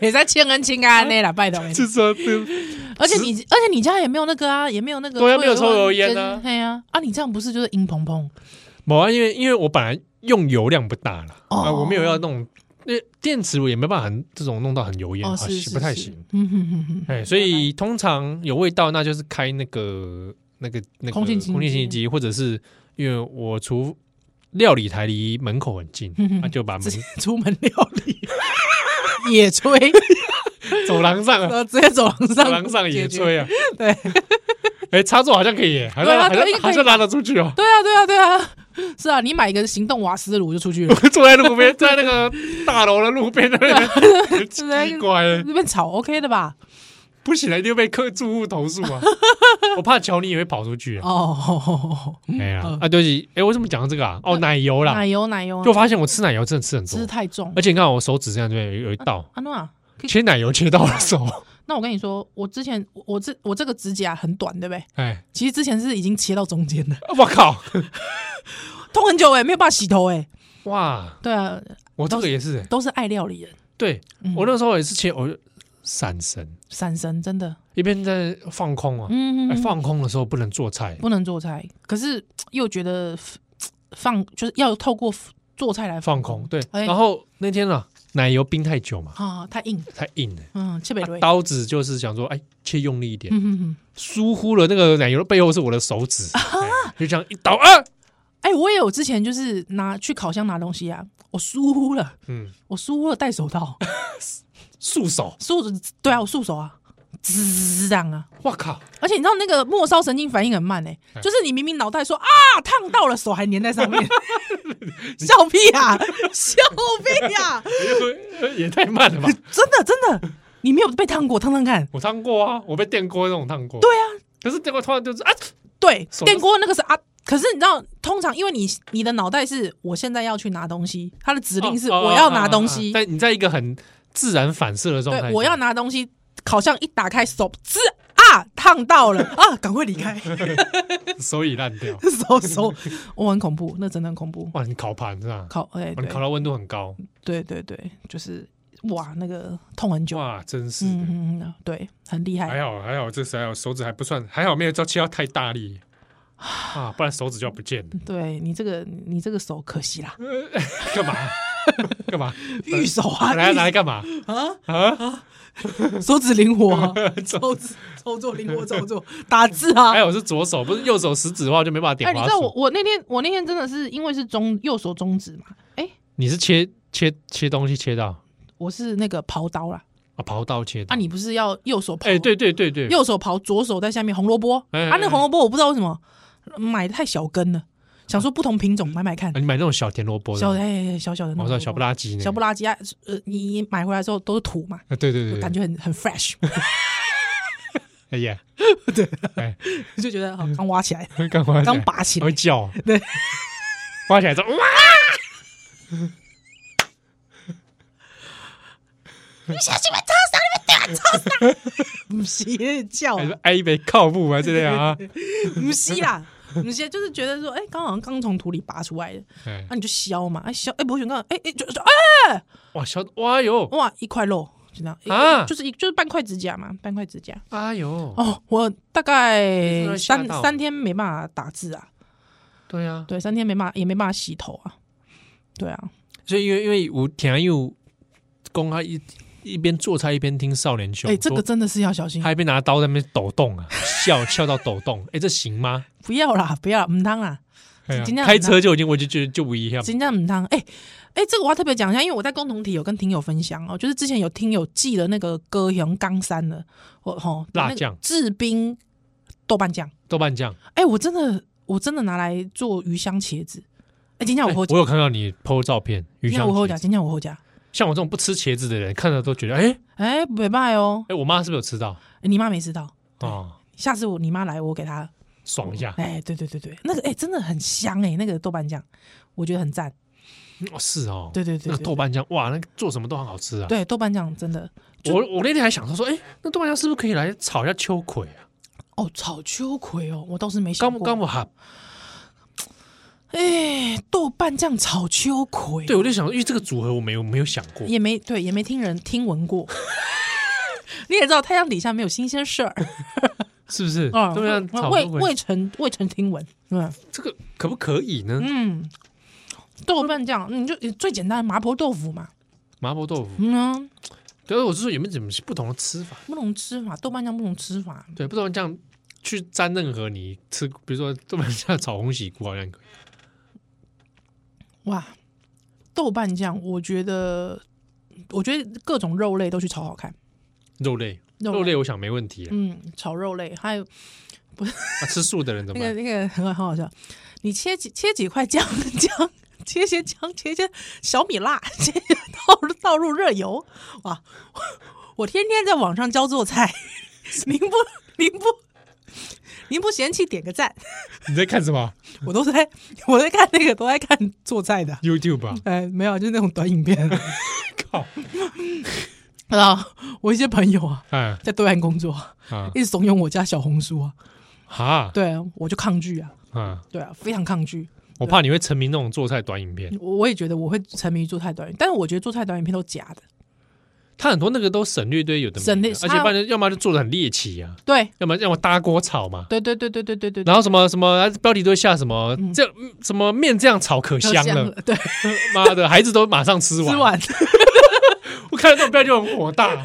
Speaker 4: 也在千恩千安那啦，拜托你。
Speaker 3: 就是说
Speaker 4: 而且你，而且你家也没有那个啊，也没有那个，
Speaker 3: 对啊没有抽油烟啊
Speaker 4: 对呀，啊，你这样不是就是硬蓬蓬？
Speaker 3: 某啊，因为因为我本来用油量不大了
Speaker 4: 哦
Speaker 3: 啊，我没有要弄，因为电磁炉也没办法很这种弄到很油烟，
Speaker 4: 哦，
Speaker 3: 啊
Speaker 4: 是是
Speaker 3: 不太。
Speaker 4: 是
Speaker 3: 行，
Speaker 4: 嗯哼哼哼，
Speaker 3: 哎，所以通常有味道，那就是开那个那个那个
Speaker 4: 空气清
Speaker 3: 空气
Speaker 4: 新
Speaker 3: 清
Speaker 4: 机
Speaker 3: 新机，或者是因为我厨料理台离门口很近啊
Speaker 4: 嗯，
Speaker 3: 那就把门
Speaker 4: 直接出门料理，野炊，
Speaker 3: 走廊上啊，
Speaker 4: 然后直接 走廊上，
Speaker 3: 走廊上野
Speaker 4: 解决
Speaker 3: 炊啊，
Speaker 4: 对，
Speaker 3: 哎，插座好像可以耶，好
Speaker 4: 对
Speaker 3: 像
Speaker 4: 啊
Speaker 3: 好像
Speaker 4: 对
Speaker 3: 好像拉得出去哦，
Speaker 4: 对啊，对啊，对啊，是啊，你买一个行动瓦斯炉就出去了，
Speaker 3: 坐在路边，在那个大楼的路边的那个，很奇怪耶。
Speaker 4: 那边炒 OK 的吧？
Speaker 3: 不行了，一定被客住户投诉 啊！我怕乔尼也会跑出去啊。
Speaker 4: 哦，
Speaker 3: 哎呀，啊，对不起，哎，我怎么讲到这个啊？哦，奶油啦
Speaker 4: 奶，油啊奶油，
Speaker 3: 就发现我吃奶油真的吃很多哎
Speaker 4: 汁，太重
Speaker 3: 而。且你看我手指这样这边有有一道
Speaker 4: 阿诺啊，可以
Speaker 3: 切奶油切到了手，
Speaker 4: 那我跟你说，我之前我我这我这个指甲很短，对不对？
Speaker 3: 哎，
Speaker 4: 其实之前是已经切到中间了，
Speaker 3: 我靠，
Speaker 4: 痛很久哎、没有办法洗头哎、
Speaker 3: 哇，
Speaker 4: 对啊，
Speaker 3: 我这个也是，哎
Speaker 4: 都是爱料理人，
Speaker 3: 对我那时候也是切，我就闪神，
Speaker 4: 闪神真的，
Speaker 3: 一边在哎放空啊，
Speaker 4: 嗯，
Speaker 3: 哎放空的时候不能做菜，
Speaker 4: 不能做菜，可是又觉得放就是要透过做菜来
Speaker 3: 放空，对，
Speaker 4: 哎
Speaker 3: 然后那天啊，奶油冰太久嘛，
Speaker 4: 啊，太硬，
Speaker 3: 太硬了，
Speaker 4: 嗯，切北
Speaker 3: 啊
Speaker 4: 瑞，
Speaker 3: 刀子就是想说，哎，切用力一点。
Speaker 4: 嗯哼哼。
Speaker 3: 疏忽了那个奶油的背后是我的手指，哎就这样一倒啊，
Speaker 4: 哎、我也有之前就是拿去烤箱拿东西啊，我疏忽了，
Speaker 3: 嗯，
Speaker 4: 我疏忽了戴手套，
Speaker 3: 束手，
Speaker 4: 束手对啊，我束手啊，滋这样啊。
Speaker 3: 我靠，
Speaker 4: 而且你知道那个末梢神经反应很慢哎、就是你明明脑袋说啊烫到了，手还粘在 上面，笑屁啊，笑屁啊，
Speaker 3: 也太慢了吧！
Speaker 4: 真的真的，你没有被烫过，烫烫看。
Speaker 3: 我烫过啊，我被电锅那种烫过，对啊，可是电锅突然就是啊，
Speaker 4: 对，
Speaker 3: 手
Speaker 4: 电锅那个是啊，可是你知道，通常因为你你的脑袋是我现在要去拿东西，它的指令是
Speaker 3: 哦哦
Speaker 4: 我要拿东西，
Speaker 3: 啊啊啊但你在一个很自然反射的状态
Speaker 4: 对，
Speaker 3: 下，
Speaker 4: 我要拿东西，烤箱一打开，手滋啊，烫到了啊，赶快离开，
Speaker 3: 手已烂掉，
Speaker 4: 手手，我、很恐怖，那真的很恐怖。
Speaker 3: 哇，你烤盘是吧？
Speaker 4: 烤哎、
Speaker 3: 哇你烤到温度很高，
Speaker 4: 对对对对，就是哇，那个痛很久，
Speaker 3: 哇，真是
Speaker 4: 嗯
Speaker 3: 的，哎
Speaker 4: 嗯嗯，对，很厉害
Speaker 3: 还。好还好，这次还好，手指还不算，还好没有到切到太大 力啊，不然手指就要不见了，
Speaker 4: 对你这个你这个手可惜啦，
Speaker 3: 嗯干嘛 干嘛？
Speaker 4: 玉手 啊，
Speaker 3: 本来要拿来
Speaker 4: 玉啊
Speaker 3: 干嘛？啊
Speaker 4: 手指灵活、啊，手指操作灵活操作，打字啊，
Speaker 3: 嗯 还有是左手，不是右手食指的话就没办法点
Speaker 4: 哎，
Speaker 3: 滑
Speaker 4: 你
Speaker 3: 鼠。
Speaker 4: 知道我我那天我那天真的是因为是中右手中指嘛，哎、
Speaker 3: 你是切切切东西切到啊，
Speaker 4: 我是那个刨刀啦，
Speaker 3: 刨刀切
Speaker 4: 啊，
Speaker 3: 到。
Speaker 4: 你不是要右手刨？
Speaker 3: 哎，对对对对，
Speaker 4: 右手刨，左手在下面红萝卜。
Speaker 3: 哎哎
Speaker 4: 啊，那红萝卜我不知道为什么买的太小根了，想说不同品种买买看
Speaker 3: 啊。你买那种小甜萝卜的，
Speaker 4: 小哎小小的那
Speaker 3: 我
Speaker 4: 种
Speaker 3: 知道小
Speaker 4: 萝卜，
Speaker 3: 不拉几呢，
Speaker 4: 小不拉几啊，呃，你你买回来之后都是土嘛，
Speaker 3: 啊，对对对
Speaker 4: 感
Speaker 3: 对，
Speaker 4: 觉很 很 fresh，
Speaker 3: 哎呀，对，
Speaker 4: 就觉得好刚挖起来，
Speaker 3: 哎，刚拔
Speaker 4: 刚拔起来
Speaker 3: 会叫，
Speaker 4: 对，
Speaker 3: 拔起来之后哇，
Speaker 4: 不是叫啊
Speaker 3: 还，是挨一杯靠步啊，这样 啊，
Speaker 4: 不是啦，不是，就是觉得说，哎，刚好像刚从土里拔出来的，
Speaker 3: 哎
Speaker 4: 那，你就削嘛，哎削，哎博选刚，哎哎就就
Speaker 3: 哇小，哇哟，
Speaker 4: 哇一块肉就这样，
Speaker 3: 啊
Speaker 4: 哎就是一就是半块指甲嘛，半块指甲。
Speaker 3: 哎呦，
Speaker 4: 哦，我大概
Speaker 3: 你是不是吓
Speaker 4: 三
Speaker 3: 到
Speaker 4: 三天没办法打字啊，
Speaker 3: 对啊，
Speaker 4: 对，三天没办法也没办法洗头啊，对啊，
Speaker 3: 所以因为因为我田又公他一一边做菜一边听少年兄，
Speaker 4: 哎、这个真的是要小心
Speaker 3: 他，一边拿刀在那边抖动啊，笑笑到抖动，哎，这行吗？
Speaker 4: 不要啦，不要，唔啊当啦，
Speaker 3: 哎呀
Speaker 4: 真的
Speaker 3: 开车就已经我就觉得就不一样，
Speaker 4: 真的唔当。哎、哎、这个我要特别讲一下，因为我在共同体有跟听友分享哦，就是之前有听友寄了那个歌雄冈山的，我吼
Speaker 3: 辣
Speaker 4: 那个
Speaker 3: 酱
Speaker 4: 制冰豆瓣酱，
Speaker 3: 豆瓣酱。
Speaker 4: 哎、我真的我真的拿来做鱼香茄子，哎、今天我
Speaker 3: 哎
Speaker 4: 后
Speaker 3: 我有看到你 PO 照片，鱼
Speaker 4: 今天
Speaker 3: 香
Speaker 4: 我后
Speaker 3: 茄
Speaker 4: 讲，
Speaker 3: 子
Speaker 4: 今天我后讲，
Speaker 3: 像我这种不吃茄子的人，看着都觉得，哎
Speaker 4: 哎、不拜哦、
Speaker 3: 哎，我妈是不是有吃到
Speaker 4: 哎你妈没吃到，
Speaker 3: 啊？
Speaker 4: 下次我你妈来，我给她
Speaker 3: 爽一下
Speaker 4: 哎、对对对对，那个哎、真的很香哎、那个豆瓣酱，我觉得很赞。
Speaker 3: 哦，是哦，
Speaker 4: 对对对
Speaker 3: 那
Speaker 4: 对
Speaker 3: 个豆瓣酱，哇，那个做什么都很好吃啊。
Speaker 4: 对，豆瓣酱真的
Speaker 3: 我我那天还想说说，哎，那豆瓣酱是不是可以来炒一下秋葵啊？
Speaker 4: 哦，炒秋葵哦，我倒是没想
Speaker 3: 刚
Speaker 4: 过。
Speaker 3: 刚我哈，
Speaker 4: 哎、豆瓣酱炒秋葵，
Speaker 3: 对，我就想说，因为这个组合我没有没有想过，
Speaker 4: 也没对，也没听人听闻过。 你也知道，太阳底下没有新鲜事儿，
Speaker 3: 是不是？
Speaker 4: 啊
Speaker 3: 豆瓣酱炒
Speaker 4: 未
Speaker 3: 秋葵
Speaker 4: 未曾未曾听闻，嗯
Speaker 3: 这个可不可以呢？
Speaker 4: 嗯，豆瓣酱，你就最简单麻婆豆腐嘛，
Speaker 3: 麻婆豆腐，
Speaker 4: 嗯、啊，
Speaker 3: 对，我是说有没有什么不同的吃法？
Speaker 4: 不同吃法，豆瓣酱不同吃法，
Speaker 3: 对，不同这样去沾任何你吃，比如说豆瓣酱炒红喜菇好像可以，
Speaker 4: 哇，豆瓣酱，我觉得，我觉得各种肉类都去炒好看，
Speaker 3: 肉类
Speaker 4: 肉
Speaker 3: 肉类我想没问题啊。
Speaker 4: 嗯，炒肉类，还有
Speaker 3: 啊，吃素的人怎
Speaker 4: 那
Speaker 3: 么
Speaker 4: 个
Speaker 3: 办？
Speaker 4: 那个很很好笑，你切几切几块姜 姜，切些姜，切些小米辣，切些倒入倒入热油，哇，我天天在网上教做菜，您不您不您不嫌弃点个赞，
Speaker 3: 你在看什么
Speaker 4: 我都在我在看那个都在看做菜的，
Speaker 3: YouTube 啊？
Speaker 4: 哎，没有，就是那种短影片
Speaker 3: 靠！
Speaker 4: 啊，我一些朋友啊。
Speaker 3: 哎
Speaker 4: 在对岸工作，
Speaker 3: 啊
Speaker 4: 一直怂恿我家小红书啊，
Speaker 3: 哈
Speaker 4: 对啊，我就抗拒啊，
Speaker 3: 啊！
Speaker 4: 对啊，非常抗拒。
Speaker 3: 我怕你会沉迷那种做菜短影片，
Speaker 4: 我我也觉得我会沉迷于做菜短影，但是我觉得做菜短影片都假的，
Speaker 3: 它很多那个都省略一堆有的没的
Speaker 4: 省略
Speaker 3: 而且不然就要么就做的很猎奇啊，
Speaker 4: 对，
Speaker 3: 要么要么大锅炒嘛，
Speaker 4: 对对对对对对对，
Speaker 3: 然后什么什么标题都会下什么这嗯什么面这样炒可
Speaker 4: 可
Speaker 3: 香了，呃
Speaker 4: 对，
Speaker 3: 妈的，孩子都马上吃完。
Speaker 4: 吃完，
Speaker 3: 我看到这种标题就很火大，
Speaker 4: 因为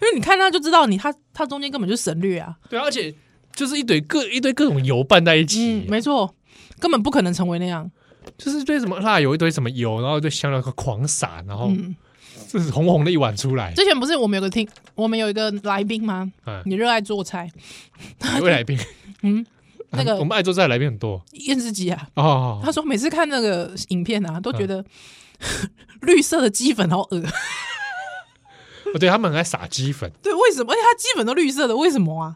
Speaker 4: 因为你看他就知道你他他中间根本就省略啊，
Speaker 3: 对啊，而且就是一堆各一堆各种油拌在一
Speaker 4: 嗯
Speaker 3: 起，，
Speaker 4: 没错，根本不可能成为那样，
Speaker 3: 就是一堆什么辣油，一堆什么油，然后一堆香料狂撒，然后
Speaker 4: 嗯，
Speaker 3: 这是红红的一碗出来，
Speaker 4: 之前不是我们有个听，我们有一个来宾吗？
Speaker 3: 嗯，
Speaker 4: 你热爱做菜，
Speaker 3: 哪位来宾？
Speaker 4: 嗯，那个
Speaker 3: 我们爱做菜的来宾很多
Speaker 4: 燕子鸡啊，
Speaker 3: 哦嗯
Speaker 4: 他，说每次看那个影片啊，都觉得 绿色的鸡粉好恶，
Speaker 3: 哦对他们很爱撒鸡粉，
Speaker 4: 对，为什么？而且它鸡粉都绿色的，为什么啊？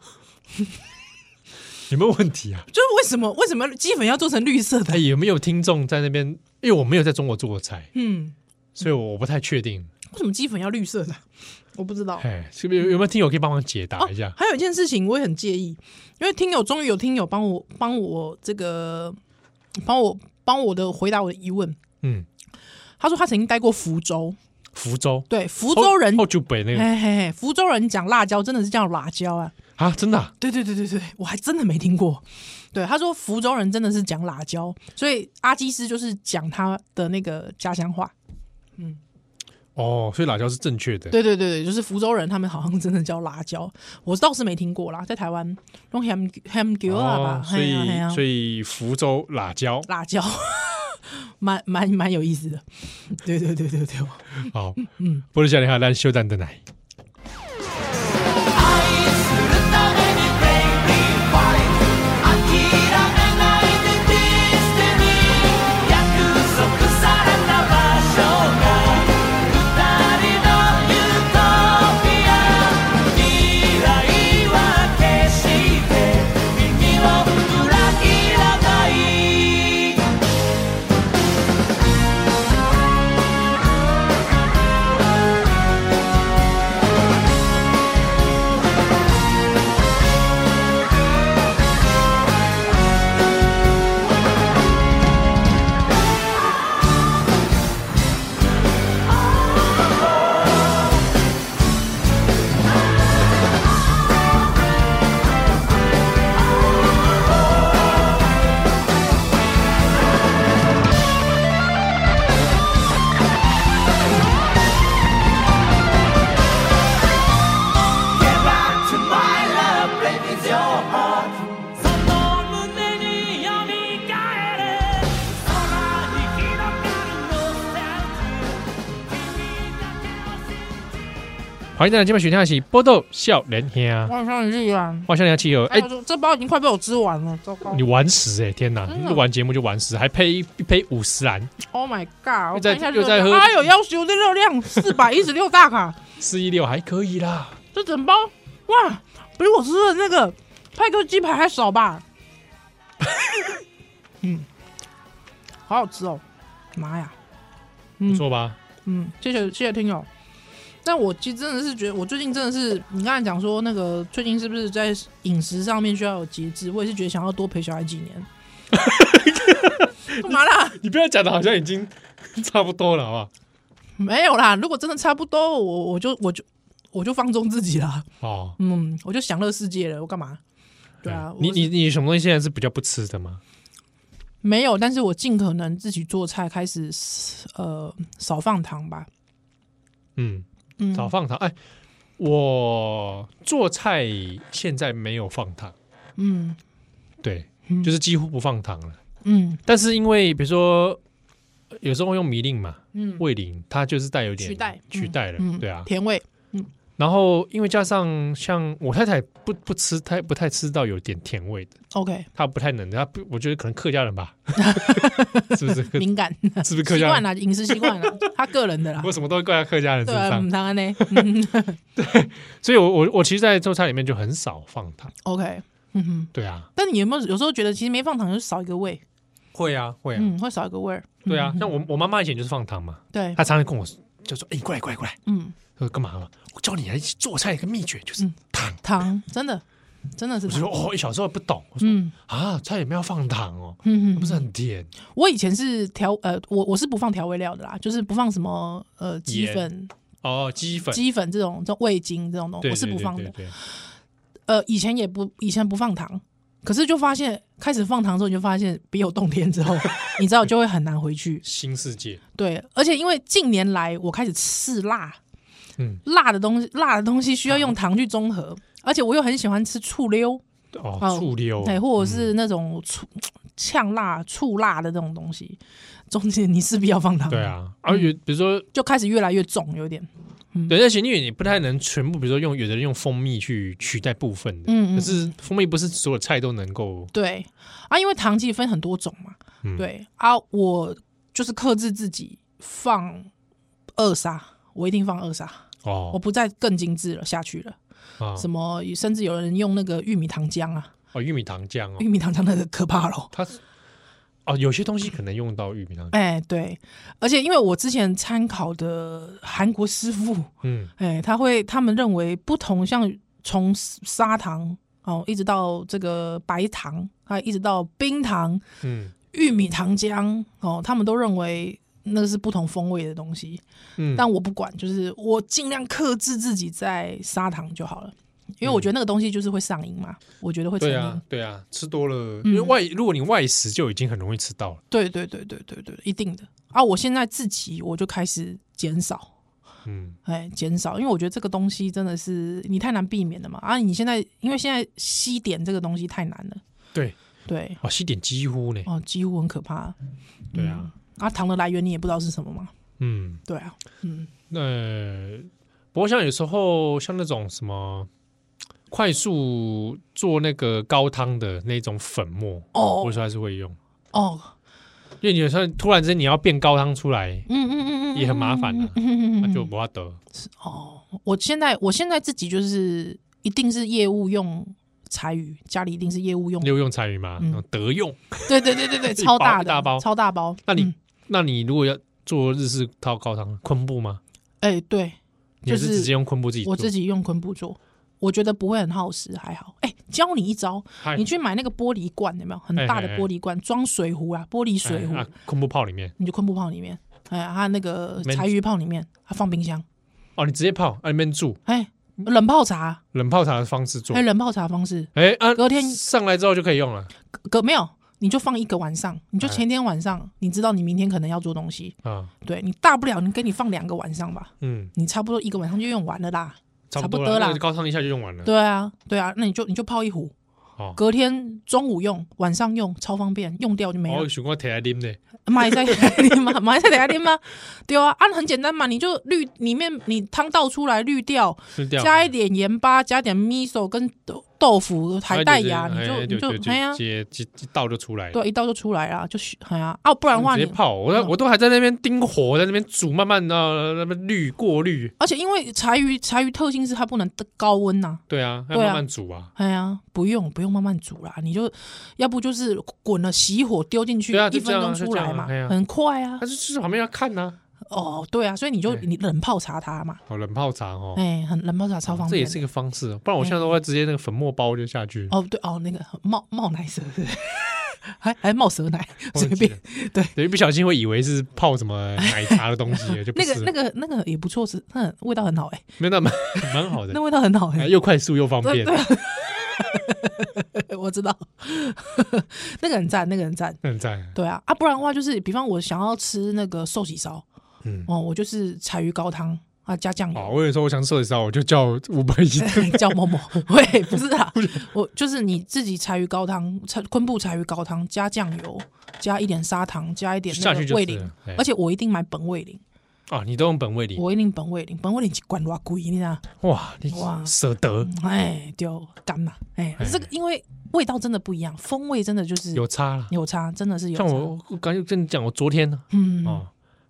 Speaker 3: 有没有问 题啊？
Speaker 4: 就是为什么为什么鸡粉要做成绿色的
Speaker 3: 哎，？有没有听众在那边？因为我没有在中国做过菜，
Speaker 4: 嗯，
Speaker 3: 所以我不太确定。
Speaker 4: 为什么鸡粉要绿色的？我不知道。
Speaker 3: 哎，是不是有有没有听友可以帮忙解答一下？
Speaker 4: 哦还有一件事情我也很介意，因为听友终于有听友帮我帮我这个帮我帮我的回答我的疑问。
Speaker 3: 嗯，
Speaker 4: 他说他曾经待过福州，
Speaker 3: 福州，
Speaker 4: 对福州人
Speaker 3: 后，就北那个
Speaker 4: 嘿嘿嘿，福州人讲辣椒真的是叫辣椒啊！
Speaker 3: 啊，真的啊
Speaker 4: 对对对对对，我还真的没听过。对，他说福州人真的是讲辣椒，所以阿基师就是讲他的那个家乡话。
Speaker 3: 哦，所以辣椒是正确的。
Speaker 4: 对对对对，就是福州人，他们好像真的叫辣椒，我倒是没听过啦，在台湾用 ham ham g 啊吧，
Speaker 3: 哦，所以
Speaker 4: 嘿啊嘿啊
Speaker 3: 所以福州辣 椒
Speaker 4: 辣椒，蛮蛮蛮有意思的。 对对对对对，
Speaker 3: 好，嗯，波多少年好，咱休蛋的奶。
Speaker 5: 「君の声が聞こえる」
Speaker 3: 欢迎大家今晚收听的是波豆笑脸兄，
Speaker 4: 万上日元，
Speaker 3: 哇，笑脸气友，
Speaker 4: 哎
Speaker 3: 哎，，
Speaker 4: 这包已经快被我吃完了，糟糕
Speaker 3: 你完食哎，天哪
Speaker 4: 真！的
Speaker 3: 录完节目就完食，还配一配五十兰，
Speaker 4: ！Oh my god！
Speaker 3: 又
Speaker 4: 我
Speaker 3: 在
Speaker 4: 看一下
Speaker 3: 又在
Speaker 4: 热量
Speaker 3: 喝
Speaker 4: 哎呦，要求的热量四百一十六 大卡，
Speaker 3: 四一六还可以啦。
Speaker 4: 这整包哇，比我吃的那个派克鸡排还少吧？ 嗯，好好吃哦，妈呀！
Speaker 3: 不
Speaker 4: 嗯
Speaker 3: 错吧？
Speaker 4: 嗯，谢谢谢谢听友。但我其实真的是觉得，我最近真的是，你刚才讲说那个最近是不是在饮食上面需要有节制？我也是觉得想要多陪小孩几 年。干嘛啦？
Speaker 3: 你不要讲的好像已经 差不多了，好不好？
Speaker 4: 没有啦，如果真的差不多，我我就我就我就放纵自己啦。
Speaker 3: 哦，
Speaker 4: 嗯，我就享乐世界了，我干嘛？对啊，
Speaker 3: 哎你
Speaker 4: 我
Speaker 3: 你你什么东西现在是比较不吃的吗？
Speaker 4: 没有，但是我尽可能自己做菜，开始呃少放糖吧。
Speaker 3: 嗯，
Speaker 4: 嗯，
Speaker 3: 少放糖。哎，我做菜现在没有放糖，
Speaker 4: 嗯
Speaker 3: 对，
Speaker 4: 嗯
Speaker 3: 就是几乎不放糖了。
Speaker 4: 嗯
Speaker 3: 但是因为比如说，有时候用米令嘛，
Speaker 4: 嗯
Speaker 3: 味淋它就是带有点
Speaker 4: 取代
Speaker 3: 取代了，
Speaker 4: 嗯，
Speaker 3: 对啊。
Speaker 4: 甜味
Speaker 3: 然后因为加上像我太太不不吃太不太吃到有点甜味的，
Speaker 4: ，OK，
Speaker 3: 她不太能，她不我觉得可能客家人 吧，是不是客？
Speaker 4: 敏感。
Speaker 3: 是不是客
Speaker 4: 习
Speaker 3: 家人？
Speaker 4: 惯啦，饮食习惯啦，他个人的啦
Speaker 3: 我。什么都会怪在客家人身
Speaker 4: 对啊，
Speaker 3: 上
Speaker 4: 唔，当然呢。嗯
Speaker 3: 所以我我我其实，在做菜里面就很少放糖。
Speaker 4: OK，嗯哼。
Speaker 3: 对啊，
Speaker 4: 但你有没有有时候觉得其实没放糖就少一个味？
Speaker 3: 会啊，会啊，
Speaker 4: 嗯，会少一个味儿。
Speaker 3: 对啊
Speaker 4: 嗯。
Speaker 3: 像我我妈妈以前就是放糖嘛，
Speaker 4: 对，
Speaker 3: 她常常跟我就说：“哎、你过来，过来，过来，
Speaker 4: 嗯，
Speaker 3: 我说干嘛嘛？我教你来做菜一个秘诀，就是
Speaker 4: 嗯
Speaker 3: 糖。
Speaker 4: 糖真的真的是
Speaker 3: 我就
Speaker 4: 糖。
Speaker 3: 说：“哦，小时候不懂，我说、
Speaker 4: 嗯
Speaker 3: 啊，菜里面要放糖哦，
Speaker 4: 嗯
Speaker 3: 不
Speaker 4: 嗯，
Speaker 3: 是很甜。
Speaker 4: 我以前是调呃，我我是不放调味料的啦，就是不放什么呃鸡
Speaker 3: 盐
Speaker 4: 粉、
Speaker 3: 哦，鸡粉，
Speaker 4: 鸡粉这种、这种味精这种东西，
Speaker 3: 对
Speaker 4: 我是不放
Speaker 3: 对
Speaker 4: 的。
Speaker 3: 对对对
Speaker 4: 呃，以前也不以前不放糖，可是就发现开始放糖之后，你就发现别有洞 天之后，你知道就会很难回去。
Speaker 3: 新世界，
Speaker 4: 对，而且因为近年来我开始吃辣，
Speaker 3: 嗯，
Speaker 4: 辣的东西，辣的东西需要用糖去中和，而且我又很喜欢吃醋溜，
Speaker 3: 哦，嗯
Speaker 4: 哦
Speaker 3: 醋溜，
Speaker 4: 对，或者是那种醋呛辣、醋辣的这种东西，中间你势必要放糖，
Speaker 3: 对，啊，而
Speaker 4: 嗯
Speaker 3: 且比如说，
Speaker 4: 就开始越来越重，有点，嗯
Speaker 3: 对，而且因为你不太能全部，比如说用有的人用蜂蜜去取代部分的，
Speaker 4: 嗯嗯
Speaker 3: 可是蜂蜜不是所有菜都能够，
Speaker 4: 对啊，因为糖其实分很多种嘛，
Speaker 3: 嗯
Speaker 4: 对啊，我就是克制自己放二砂，我一定放二砂，我
Speaker 3: 哦，
Speaker 4: 不再更精致了下去了，
Speaker 3: 啊，
Speaker 4: 什么甚至有人用那个玉米糖浆啊，
Speaker 3: 哦，玉米糖浆哦
Speaker 4: 玉，米糖浆那个可怕咯。
Speaker 3: 它是哦，有些东西可能用到玉米糖浆，
Speaker 4: 哎、对，而且因为我之前参考的韩国师傅，
Speaker 3: 嗯，
Speaker 4: 哎、他会他们认为不同像从砂糖哦，一直到这个白糖，啊，一直到冰糖、
Speaker 3: 嗯
Speaker 4: 玉米糖浆哦，他们都认为那是不同风味的东西。
Speaker 3: 嗯，
Speaker 4: 但我不管，就是我尽量克制自己在砂糖就好了，因为我觉得那个东西就是会上瘾嘛，我觉得会成嗯
Speaker 3: 对
Speaker 4: 瘾。
Speaker 3: 啊，对啊，吃多了，因为外如果你外食就已经很容易吃到了，
Speaker 4: 对对对对对对，一定的啊！我现在自己我就开始减少。
Speaker 3: 嗯，
Speaker 4: 哎，减少，因为我觉得这个东西真的是你太难避免了嘛。啊，你现在因为现在西点这个东西太难了，
Speaker 3: 对，
Speaker 4: 对，
Speaker 3: 哦，西点几乎呢，
Speaker 4: 哦，几乎很可怕。
Speaker 3: 对啊，
Speaker 4: 啊，糖的来源你也不知道是什么嘛，
Speaker 3: 嗯。
Speaker 4: 对啊，嗯，
Speaker 3: 那、不过像有时候像那种什么快速做那个高汤的那种粉末，我有
Speaker 4: 哦
Speaker 3: 时候还是会用，
Speaker 4: 哦，
Speaker 3: 因为你有时候突然之间你要变高汤出来，
Speaker 4: 嗯嗯嗯嗯，
Speaker 3: 也很麻烦啊
Speaker 4: 嗯嗯嗯嗯
Speaker 3: 那
Speaker 4: 嗯
Speaker 3: 就不要得。
Speaker 4: 哦，我现在我现在自己就是一定是业务用柴鱼，家里一定是业务用
Speaker 3: 你，有用柴鱼吗？
Speaker 4: 嗯
Speaker 3: 那种德用。
Speaker 4: 对对对对对，
Speaker 3: 一
Speaker 4: 超
Speaker 3: 包
Speaker 4: 大
Speaker 3: 一
Speaker 4: 的
Speaker 3: 大包
Speaker 4: 超大包。
Speaker 3: 那你、
Speaker 4: 嗯
Speaker 3: 那你如果要做日式套高汤，昆布吗？
Speaker 4: 哎、对，
Speaker 3: 你还
Speaker 4: 就是是
Speaker 3: 直接用昆布自己做？
Speaker 4: 我自己用昆布做，我觉得不会很耗时，还好。哎、教你一招，
Speaker 3: 嗨
Speaker 4: 你去买那个玻璃罐，有没有很大的玻璃罐装水壶啊？玻璃水壶，
Speaker 3: 哎哎啊，昆布泡里面
Speaker 4: 你就昆布泡里面，哎，还有那个
Speaker 3: 没
Speaker 4: 柴鱼泡里面，它放冰箱，
Speaker 3: 哦，你直接泡，啊，里面煮
Speaker 4: 哎，冷泡茶，
Speaker 3: 冷泡茶的方式做
Speaker 4: 哎，。冷泡茶方式，
Speaker 3: 哎、啊，
Speaker 4: 隔天
Speaker 3: 上来之后就可以用了
Speaker 4: 隔没有。你就放一个晚上，你就
Speaker 3: 哎
Speaker 4: 前天晚上，你知道你明天可能要做东西，
Speaker 3: 啊，
Speaker 4: 对你大不了你给你放两个晚上吧，
Speaker 3: 嗯，
Speaker 4: 你差不多一个晚上就用完了啦。
Speaker 3: 差
Speaker 4: 差不
Speaker 3: 不多
Speaker 4: 多
Speaker 3: 了，
Speaker 4: 啦
Speaker 3: 那个高汤一下就用完了。
Speaker 4: 对啊，对啊，那你就你就泡一壶，
Speaker 3: 哦
Speaker 4: 隔天中午用，晚上用，超方便，用掉就没
Speaker 3: 哦，
Speaker 4: 了。
Speaker 3: 想讲摕来啉咧，
Speaker 4: 买菜点 嘛，买菜点嘛，对啊，啊很简单嘛，你就滤里面你汤倒出来滤掉，
Speaker 3: 是掉
Speaker 4: 加一点盐巴，加点 miso 跟豆豆腐海带芽，你就
Speaker 3: 哎
Speaker 4: 你就
Speaker 3: 就
Speaker 4: 哎呀，
Speaker 3: 接一一倒就出来了，
Speaker 4: 对啊，一刀就出来了，就是哎呀，啊不然的话
Speaker 3: 直
Speaker 4: 你嗯
Speaker 3: 接泡，我都我都还在那边盯火，在那边煮，慢慢的那边滤过滤，
Speaker 4: 而且因为柴鱼柴鱼特性是它不能高温呐、
Speaker 3: 对啊，要
Speaker 4: 对啊
Speaker 3: 慢慢煮啊，
Speaker 4: 哎呀，不用不用慢慢煮啦，你就要不就是滚了熄火丢进去，
Speaker 3: 对啊
Speaker 4: 一
Speaker 3: 就这
Speaker 4: 分
Speaker 3: 样啊
Speaker 4: 钟出
Speaker 3: 就
Speaker 4: 来
Speaker 3: 这样
Speaker 4: 嘛，
Speaker 3: 啊哎呀
Speaker 4: 很快啊
Speaker 3: 他。就就是旁边要看呐，
Speaker 4: 哦，对啊，所以你就
Speaker 3: 对
Speaker 4: 你冷泡茶它嘛，
Speaker 3: 哦，冷泡茶哦，
Speaker 4: 哎、很冷泡茶超方
Speaker 3: 这
Speaker 4: 便
Speaker 3: 也
Speaker 4: 的。
Speaker 3: 是一个方式，哦不然我现在都会直接那个粉末包就下去，
Speaker 4: 哦对哦，那个冒冒奶蛇是不 是还还冒蛇奶，随
Speaker 3: 忘记
Speaker 4: 便
Speaker 3: 了。等于不小心会以为是泡什么奶茶的东西了，就不
Speaker 4: 那
Speaker 3: 是
Speaker 4: 个那个那个也不错，是那味道很好哎、
Speaker 3: 没有那蛮蛮好的
Speaker 4: 那，味道很好哎、
Speaker 3: 哎又快速又方便，哎
Speaker 4: 我知道，那个很赞，那个很赞。
Speaker 3: 那很赞，
Speaker 4: 对啊，啊，不然的话就是，比方我想要吃那个寿喜烧，
Speaker 3: 嗯
Speaker 4: 哦，我就是柴鱼高汤啊，加酱
Speaker 3: 好，
Speaker 4: 油，
Speaker 3: 哦我有时候我想吃的时候，我就叫五百 一，
Speaker 4: 叫某某，喂，不是啊，我就是你自己柴鱼高汤，柴昆布柴鱼高汤加酱油，加一点砂糖，加一点那
Speaker 3: 下去
Speaker 4: 个
Speaker 3: 就
Speaker 4: 味
Speaker 3: 是
Speaker 4: 淋
Speaker 3: 了，哎
Speaker 4: 而且我一定买本味淋，
Speaker 3: 啊，你都用本味里，
Speaker 4: 我一定本味淋，本味淋一罐偌贵，你知道？
Speaker 3: 哇，你
Speaker 4: 哇
Speaker 3: 舍得
Speaker 4: 哎，丢干嘛？哎
Speaker 3: 嗯哎，
Speaker 4: 这个因为味道真的不一样，风味真的就是
Speaker 3: 有差啦。
Speaker 4: 有差，真的是有
Speaker 3: 像
Speaker 4: 差，
Speaker 3: 我，我刚才跟你讲，我昨天呢，
Speaker 4: 嗯
Speaker 3: 哦，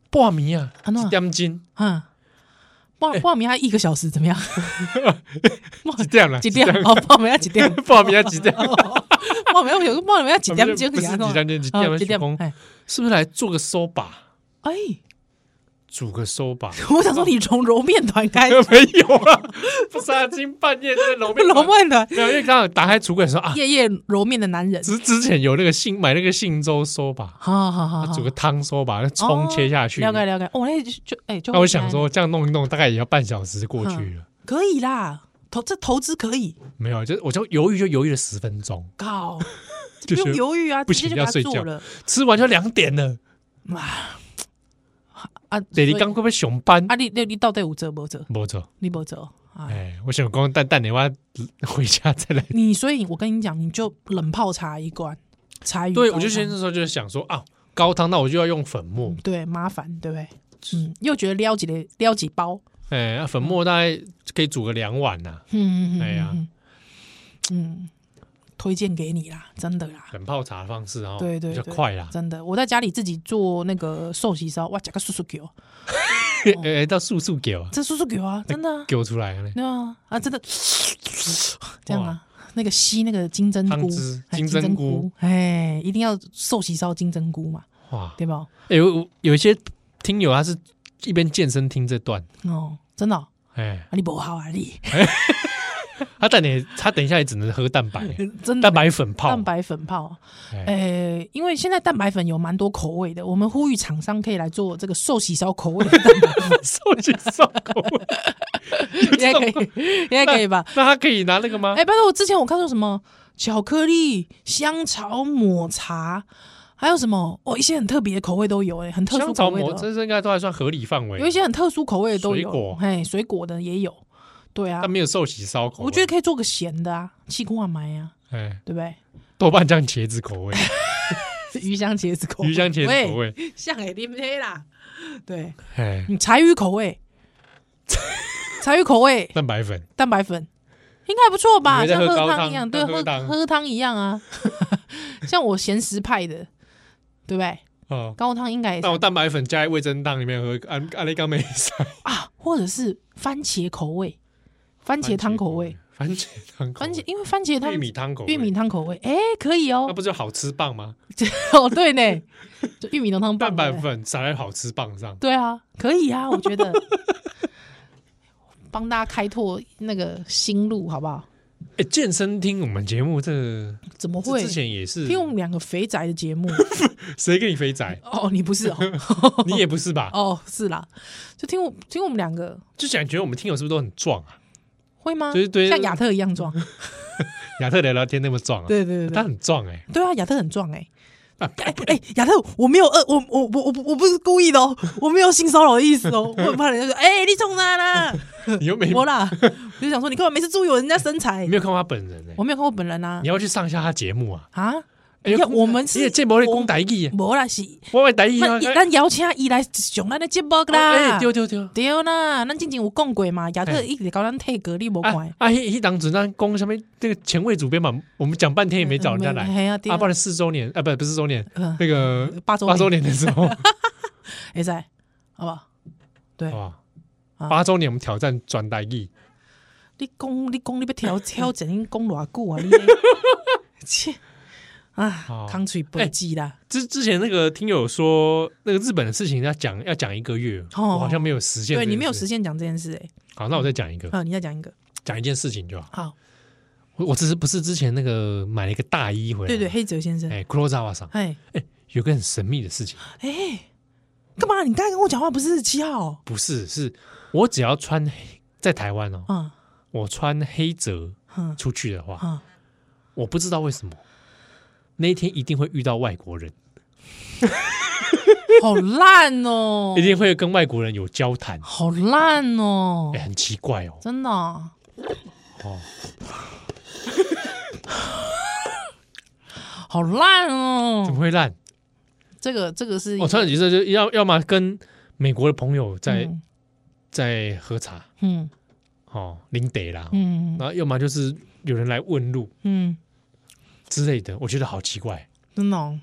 Speaker 3: 半暝啊，
Speaker 4: 啊怎
Speaker 3: 一点钟，
Speaker 4: 嗯，
Speaker 3: 哎
Speaker 4: 报报名还一个小时怎么样？
Speaker 3: 几点 了？
Speaker 4: 几点？哦，报名要几点？
Speaker 3: 半暝啊，几点？
Speaker 4: 报名有个报名要几点钟？
Speaker 3: 不是几点钟？几点？
Speaker 4: 哦几点
Speaker 3: 公？
Speaker 4: 哎
Speaker 3: 是不是来做个收把，
Speaker 4: 哎，
Speaker 3: 煮个收把？
Speaker 4: 我想说你从揉面团开，
Speaker 3: 没有啊，不是啊，今天半夜在 楼面
Speaker 4: 揉面团，
Speaker 3: 没有，因为刚好打开橱柜 说啊，
Speaker 4: 夜夜揉面的 男人。
Speaker 3: 之之前有那个杏买那个杏粥收把，
Speaker 4: 好好好好，
Speaker 3: 煮个汤收把，那葱
Speaker 4: 哦
Speaker 3: 切下去。
Speaker 4: 了解了解。哦，那就就哎，就
Speaker 3: 那我想说，这样弄一弄，大概也要半小时过去了。
Speaker 4: 可以啦，投这投资可以，
Speaker 3: 没有，就我就犹豫，就犹豫了十分钟，
Speaker 4: 靠，
Speaker 3: 就
Speaker 4: 不
Speaker 3: 是
Speaker 4: 用犹豫啊，
Speaker 3: 不
Speaker 4: 直
Speaker 3: 行
Speaker 4: 接就给他
Speaker 3: 要睡
Speaker 4: 做
Speaker 3: 觉
Speaker 4: 了。
Speaker 3: 吃完就两点了。
Speaker 4: 啊 啊，
Speaker 3: 得你
Speaker 4: 所以
Speaker 3: 刚会不会熊班
Speaker 4: 啊，？你你你到底有折没折？
Speaker 3: 没错，
Speaker 4: 你没折啊？
Speaker 3: 哎，我想光蛋蛋你话回家再 来。
Speaker 4: 你所以，我跟你讲，你就冷泡茶一罐，茶鱼
Speaker 3: 对，
Speaker 4: 高
Speaker 3: 我就先哦
Speaker 4: 汤
Speaker 3: 那时候就是想说啊，高汤那我就要用粉末，
Speaker 4: 对麻烦，对不对？嗯，又觉得撩几的撩几包，
Speaker 3: 哎，啊粉末大概可以煮个两碗呐，
Speaker 4: 嗯，嗯
Speaker 3: 哎呀，
Speaker 4: 嗯嗯，推荐给你啦，真的啦，
Speaker 3: 冷泡茶的方式哦，
Speaker 4: 对对
Speaker 3: 比较
Speaker 4: 对
Speaker 3: 快啦。
Speaker 4: 真的。我在家里自己做那个寿喜烧，哇，加个叔叔给我，
Speaker 3: 哎，到速速给我
Speaker 4: 这叔叔给我啊，
Speaker 3: 哎
Speaker 4: 真的啊，
Speaker 3: 给我出来了。
Speaker 4: 对啊，啊，真的，这样啊。那个吸那个金针菇
Speaker 3: 汤汁，
Speaker 4: 哎
Speaker 3: 金针菇
Speaker 4: 菇，哎，一定要寿喜烧金针菇嘛，
Speaker 3: 哇，
Speaker 4: 对吧？
Speaker 3: 哎有有一些听友他是一边健身听这段，
Speaker 4: 哦，真的哦，
Speaker 3: 哎，
Speaker 4: 啊你不好啊你，
Speaker 3: 他等你他等一下也只能喝蛋 白，
Speaker 4: 真的
Speaker 3: 蛋白粉泡，
Speaker 4: 蛋白粉泡啊，
Speaker 3: 哎
Speaker 4: 诶、因为现在蛋白粉有蛮多口味的，我们呼吁厂商可以来做这个寿喜烧口味 的蛋白粉，
Speaker 3: 收起烧口味，
Speaker 4: 应该可以， 应该可以吧？
Speaker 3: 那他可以拿那个吗
Speaker 4: 哎、？拜托，我之前我看到什么巧克力、香草抹茶，还有什么哦，一些很特别的口味都有、哎，很特殊
Speaker 3: 香
Speaker 4: 口
Speaker 3: 草
Speaker 4: 味
Speaker 3: 膜
Speaker 4: 的哦，
Speaker 3: 这是应该都还算合理范围，
Speaker 4: 有一些很特殊口味的都有，
Speaker 3: 水果
Speaker 4: 哎，水果的也有，对啊
Speaker 3: 但，没有寿喜烧口味。
Speaker 4: 我觉得可以做个咸的啊，气罐埋啊，
Speaker 3: 哎，
Speaker 4: 对不对？
Speaker 3: 豆瓣酱茄子 口味，
Speaker 4: 鱼香茄子口味，
Speaker 3: 鱼香茄子口
Speaker 4: 味，
Speaker 3: 味，
Speaker 4: 像哎，你们啦，对。
Speaker 3: 哎，
Speaker 4: 你柴鱼 口味，柴鱼口味
Speaker 3: 蛋白 粉，
Speaker 4: 蛋白粉应该还不错吧？
Speaker 3: 以为在
Speaker 4: 像
Speaker 3: 喝
Speaker 4: 喝
Speaker 3: 高
Speaker 4: 汤
Speaker 3: 汤
Speaker 4: 一样，对，
Speaker 3: 像喝
Speaker 4: 喝
Speaker 3: 汤
Speaker 4: 喝汤一样啊。 像我咸食派的，对不对？
Speaker 3: 哦，
Speaker 4: 高汤应该也是
Speaker 3: 那我蛋白粉加在味噌汤里面喝，安安利刚没啥，
Speaker 4: 啊，或者是番茄口味，番茄汤口味，，
Speaker 3: 番茄汤口
Speaker 4: 番
Speaker 3: 味，
Speaker 4: 茄，因为番茄汤
Speaker 3: 玉米汤口味，啊
Speaker 4: 玉米汤口味，哎，可以
Speaker 3: 那
Speaker 4: 哦。
Speaker 3: 不就好吃棒吗？
Speaker 4: 哦，对呢，就玉米浓汤棒
Speaker 3: 蛋白
Speaker 4: 对不对
Speaker 3: 粉撒在好吃棒上，
Speaker 4: 对啊，可以啊，我觉得 帮大家开拓那个新路，好不好？
Speaker 3: 哎，健身听我们节目这
Speaker 4: 怎么
Speaker 3: 这
Speaker 4: 会？
Speaker 3: 之前也是，
Speaker 4: 听我们两个肥宅的 节目
Speaker 3: 谁跟你肥 宅？
Speaker 4: 哦，你不是哦，
Speaker 3: 你也不是吧？
Speaker 4: 哦是啦，就听我听我们两个
Speaker 3: 就想觉得我们听友是不是都很壮啊？
Speaker 4: 会吗？
Speaker 3: 对对
Speaker 4: 像亚特一样壮，
Speaker 3: 亚特聊聊天那么壮啊？
Speaker 4: 对对对
Speaker 3: 他
Speaker 4: 对
Speaker 3: 很壮哎，
Speaker 4: 对啊，亚特很壮哎、哎哎，亚特，我没有恶，我我我我不我不是故意的哦，我没有性骚扰的意思哦，我很怕人家说，哎、你冲哪啦？
Speaker 3: 你又没
Speaker 4: 我啦，我就想说，你干嘛每次注意我人家身材
Speaker 3: 你？哎没有看过他本人哎、
Speaker 4: 我没有看过本人啊
Speaker 3: 你，要去上一下他节目啊。
Speaker 4: 啊，
Speaker 3: 哎呦
Speaker 4: 因为我们
Speaker 3: 你
Speaker 4: 是
Speaker 3: 也见不会讲台语啊，
Speaker 4: 无啦是，
Speaker 3: 我会台语啊
Speaker 4: 咱。咱邀请伊来上咱的节目啦，
Speaker 3: 哎，对对对，
Speaker 4: 对啦，咱之前有讲过嘛，亚特
Speaker 3: 哎
Speaker 4: 一直搞咱退格，你无
Speaker 3: 啊
Speaker 4: 看。
Speaker 3: 啊！一一档子那公什么那个前卫主编嘛，我们讲半天也没找人家来
Speaker 4: 嗯嗯没嘿啊对啊
Speaker 3: 啊！不然四周年啊，不不是周年，
Speaker 4: 嗯
Speaker 3: 那个
Speaker 4: 八 周
Speaker 3: 八周年的 时候，
Speaker 4: 会使，好不好？对，
Speaker 3: 哇，
Speaker 4: 啊
Speaker 3: 八周年我们挑战转台语，
Speaker 4: 你讲你讲你要 挑挑战，你讲偌久啊？你咧切啊
Speaker 3: 哦，
Speaker 4: 空嘴白舌啦，
Speaker 3: 之之前那个听友说，那个日本的事情要讲要讲一个月，
Speaker 4: 哦
Speaker 3: 我好像没有实现。
Speaker 4: 对你没有实。现讲这件事哎。
Speaker 3: 好，那我再讲一个，
Speaker 4: 啊，你再讲一个，
Speaker 3: 讲一件事情就好。
Speaker 4: 好，
Speaker 3: 我我只是不是之前那个买了一个大衣回来，
Speaker 4: 对对，，黑泽先生，
Speaker 3: 哎，Kurosawa 上
Speaker 4: 哎
Speaker 3: 有个很神秘的事情，
Speaker 4: 哎，干嘛？你刚才跟我讲话不是七号哦？
Speaker 3: 不是是我只要穿黑在台湾哦，
Speaker 4: 啊
Speaker 3: 我穿黑泽
Speaker 4: 嗯
Speaker 3: 出去的话，
Speaker 4: 啊，
Speaker 3: 我不知道为什么那一天一定会遇到外国人，
Speaker 4: 好烂哦
Speaker 3: 一，定会跟外国人有交谈，
Speaker 4: 好烂哦
Speaker 3: 哎，，很奇怪哦。
Speaker 4: 真的哦
Speaker 3: 哦，
Speaker 4: 好烂
Speaker 3: 怎
Speaker 4: 哦
Speaker 3: 么。会烂？
Speaker 4: 这个这个是一
Speaker 3: 我哦穿着橘色就要要么跟美国的朋友在、
Speaker 4: 嗯
Speaker 3: 在喝茶
Speaker 4: 嗯
Speaker 3: 哦，领得啦，
Speaker 4: 嗯
Speaker 3: 然后要么就是有人来问路
Speaker 4: 嗯，
Speaker 3: 之类的，我觉得好奇怪。
Speaker 4: 真的哦。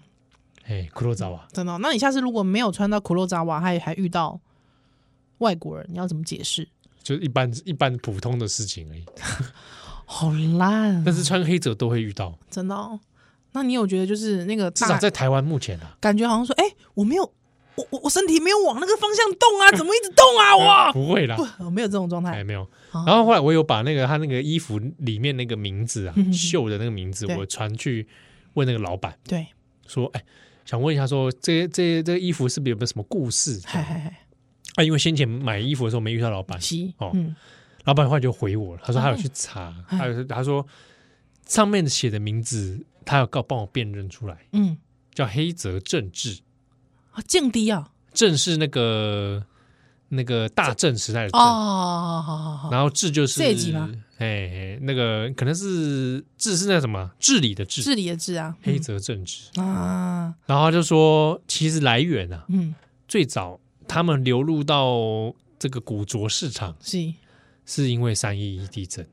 Speaker 3: 哎，骷髅爪啊，
Speaker 4: 真的哦、那你下次如果没有穿到苦肉扎瓦，还还遇到外国人，你要怎么解释？
Speaker 3: 就一般一般普通的事情而
Speaker 4: 嗯
Speaker 3: 已，
Speaker 4: 好烂，
Speaker 3: 但是穿黑者都会遇到，
Speaker 4: 真的、哦。那你有觉得就是那个
Speaker 3: 至
Speaker 4: 大
Speaker 3: 少在台湾目前啊，
Speaker 4: 感觉好像说，哎、我没有，我我我身体没有往那个方向动 啊，怎么一直动啊我？
Speaker 3: 不会啦，
Speaker 4: 不，我没有这种状态
Speaker 3: 嗯哎，。没有。
Speaker 4: 啊
Speaker 3: 然后后来我有把那个他那个衣服里面那个名字啊
Speaker 4: 嗯，
Speaker 3: 绣的那个名字，
Speaker 4: 对
Speaker 3: 我传去问那个老板
Speaker 4: 对，
Speaker 3: 说，哎，想问一下说，这这这个衣服是不是有没有什么故事？
Speaker 4: 嗨嗨嗨，
Speaker 3: 啊，因为先前买衣服的时候没遇到老板，
Speaker 4: 西，
Speaker 3: 哦
Speaker 4: 嗯，
Speaker 3: 老板后来就回我了，他说他有
Speaker 4: 哦
Speaker 3: 去查，
Speaker 4: 哎
Speaker 3: 他有他说上面写的名字，他有告帮我辨认出来，
Speaker 4: 嗯，
Speaker 3: 叫黑泽正治，
Speaker 4: 啊，降低啊，
Speaker 3: 正是那个那个大正时代的正，
Speaker 4: 哦，好好好好，
Speaker 3: 然后治就是
Speaker 4: 这一集吗
Speaker 3: 哎？哎，那个可能是治是那什么治理的治，
Speaker 4: 治理的治啊，
Speaker 3: 黑泽正治。
Speaker 4: 嗯啊，
Speaker 3: 然后他就说，其实来源啊，
Speaker 4: 嗯，
Speaker 3: 最早他们流入到这个古着市场，
Speaker 4: 是，
Speaker 3: 是因为三一一地震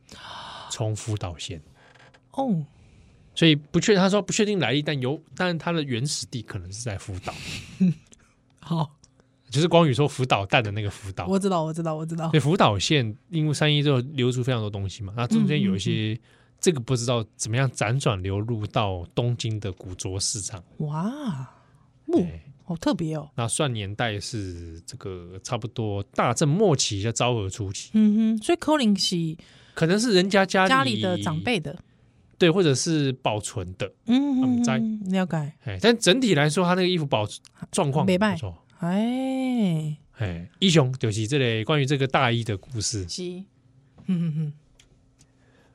Speaker 3: 从福岛县。
Speaker 4: 哦，
Speaker 3: 所以不确他说不确定来历，但有，但它的原始地可能是在福岛，
Speaker 4: 好，
Speaker 3: 就是光宇说福岛蛋的那个福岛。
Speaker 4: 我知道，我知道，我知道
Speaker 3: 对，福岛县因为三一之后流出非常多东西嘛，那中间有一
Speaker 4: 嗯
Speaker 3: 些、这个不知道怎么样辗转流入到东京的古着市场。
Speaker 4: 哇，
Speaker 3: 对，
Speaker 4: 木好特别哦，
Speaker 3: 那算年代是这个差不多大正末期的昭和初期，
Speaker 4: 嗯哼，所以 Colin 是
Speaker 3: 可能是人家家里
Speaker 4: 家里的长辈的，
Speaker 3: 对，或者是保存的。
Speaker 4: 嗯
Speaker 3: 们
Speaker 4: 哼
Speaker 3: 在
Speaker 4: 哼了解，
Speaker 3: 哎，但整体来说，他那个衣服保状况
Speaker 4: 没
Speaker 3: 不
Speaker 4: 败
Speaker 3: 错。
Speaker 4: 哎，
Speaker 3: 哎，一雄就是这类关于这个大衣的故事。
Speaker 4: 是，嗯嗯嗯，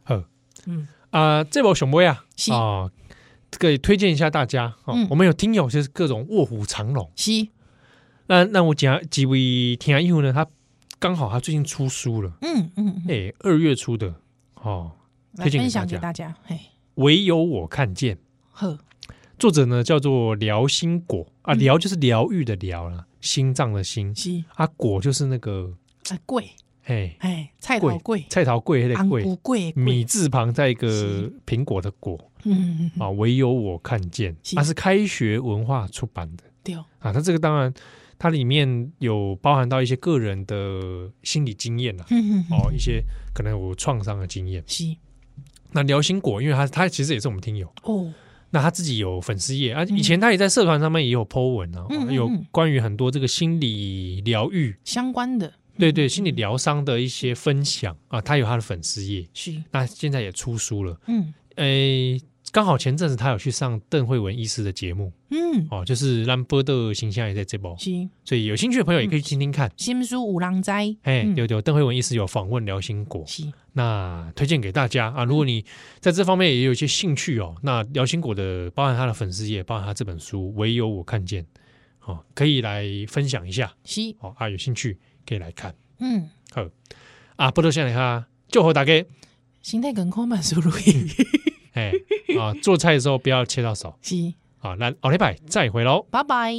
Speaker 3: 呵，
Speaker 4: 嗯
Speaker 3: 啊、这部熊妹啊，
Speaker 4: 是
Speaker 3: 哦，这个也推荐一下大家哦。
Speaker 4: 嗯
Speaker 3: 我们有听友就是各种卧虎藏龙，
Speaker 4: 是，
Speaker 3: 那那我讲几位听友呢，他刚好他最近出书了，
Speaker 4: 嗯嗯，嗯
Speaker 3: 哎，二月初的哦，
Speaker 4: 来
Speaker 3: 推荐给
Speaker 4: 分享
Speaker 3: 大
Speaker 4: 给
Speaker 3: 家
Speaker 4: 大家，嘿，
Speaker 3: 唯有我看见，
Speaker 4: 呵，
Speaker 3: 作者呢叫做辽心果啊，
Speaker 4: 嗯
Speaker 3: 辽就是疗愈的疗啦，心脏的心，
Speaker 4: 是，
Speaker 3: 啊果就是那个
Speaker 4: 啊贵，
Speaker 3: 哎
Speaker 4: 哎，菜头贵，
Speaker 3: 菜桃贵那
Speaker 4: 昂
Speaker 3: 个贵
Speaker 4: 菇，贵，
Speaker 3: 米字旁在一个
Speaker 4: 是
Speaker 3: 苹果的果。
Speaker 4: 嗯，嗯嗯
Speaker 3: 啊，唯有我看见，
Speaker 4: 是
Speaker 3: 它是开学文化出版的
Speaker 4: 对，嗯
Speaker 3: 啊。它这个当然，它里面有包含到一些个人的心理经验啊，
Speaker 4: 嗯嗯嗯
Speaker 3: 哦，一些可能有创伤的经验。
Speaker 4: 是，
Speaker 3: 那辽心果，因为他他其实也是我们听友，
Speaker 4: 哦，
Speaker 3: 那他自己有粉丝页啊，以前他也在社团上面也有 po 文啊，
Speaker 4: 嗯嗯嗯
Speaker 3: 哦有
Speaker 4: 嗯
Speaker 3: 关于很多这个心理疗愈，
Speaker 4: 相关的
Speaker 3: 对对，心理疗伤的一些分享啊，他有他的粉丝页，
Speaker 4: 是，
Speaker 3: 那现在也出书了，
Speaker 4: 嗯，
Speaker 3: 诶，刚好前阵子他有去上邓慧文医师的节目
Speaker 4: 嗯，
Speaker 3: 哦，就是让波的形象也在这波，
Speaker 4: 是
Speaker 3: 所以有兴趣的朋友也可以去听听看。
Speaker 4: 心书有人知，
Speaker 3: 哎、
Speaker 4: 嗯
Speaker 3: 对对，邓慧文医师有访问聊心国，
Speaker 4: 是
Speaker 3: 那推荐给大家啊！如果你在这方面也有一些兴趣哦，那辽心果的，包含他的粉丝页，包含他这本书《唯有我看见》，哦，可以来分享一下
Speaker 4: 是，
Speaker 3: 哦啊，有兴趣可以来看
Speaker 4: 嗯，
Speaker 3: 啊。波多先来看啊，就和大家
Speaker 4: 心态健 康万事如意，
Speaker 3: 哎啊，做菜的时候不要切到手
Speaker 4: 是，
Speaker 3: 啊。那奥利拜再会喽。
Speaker 4: 拜拜。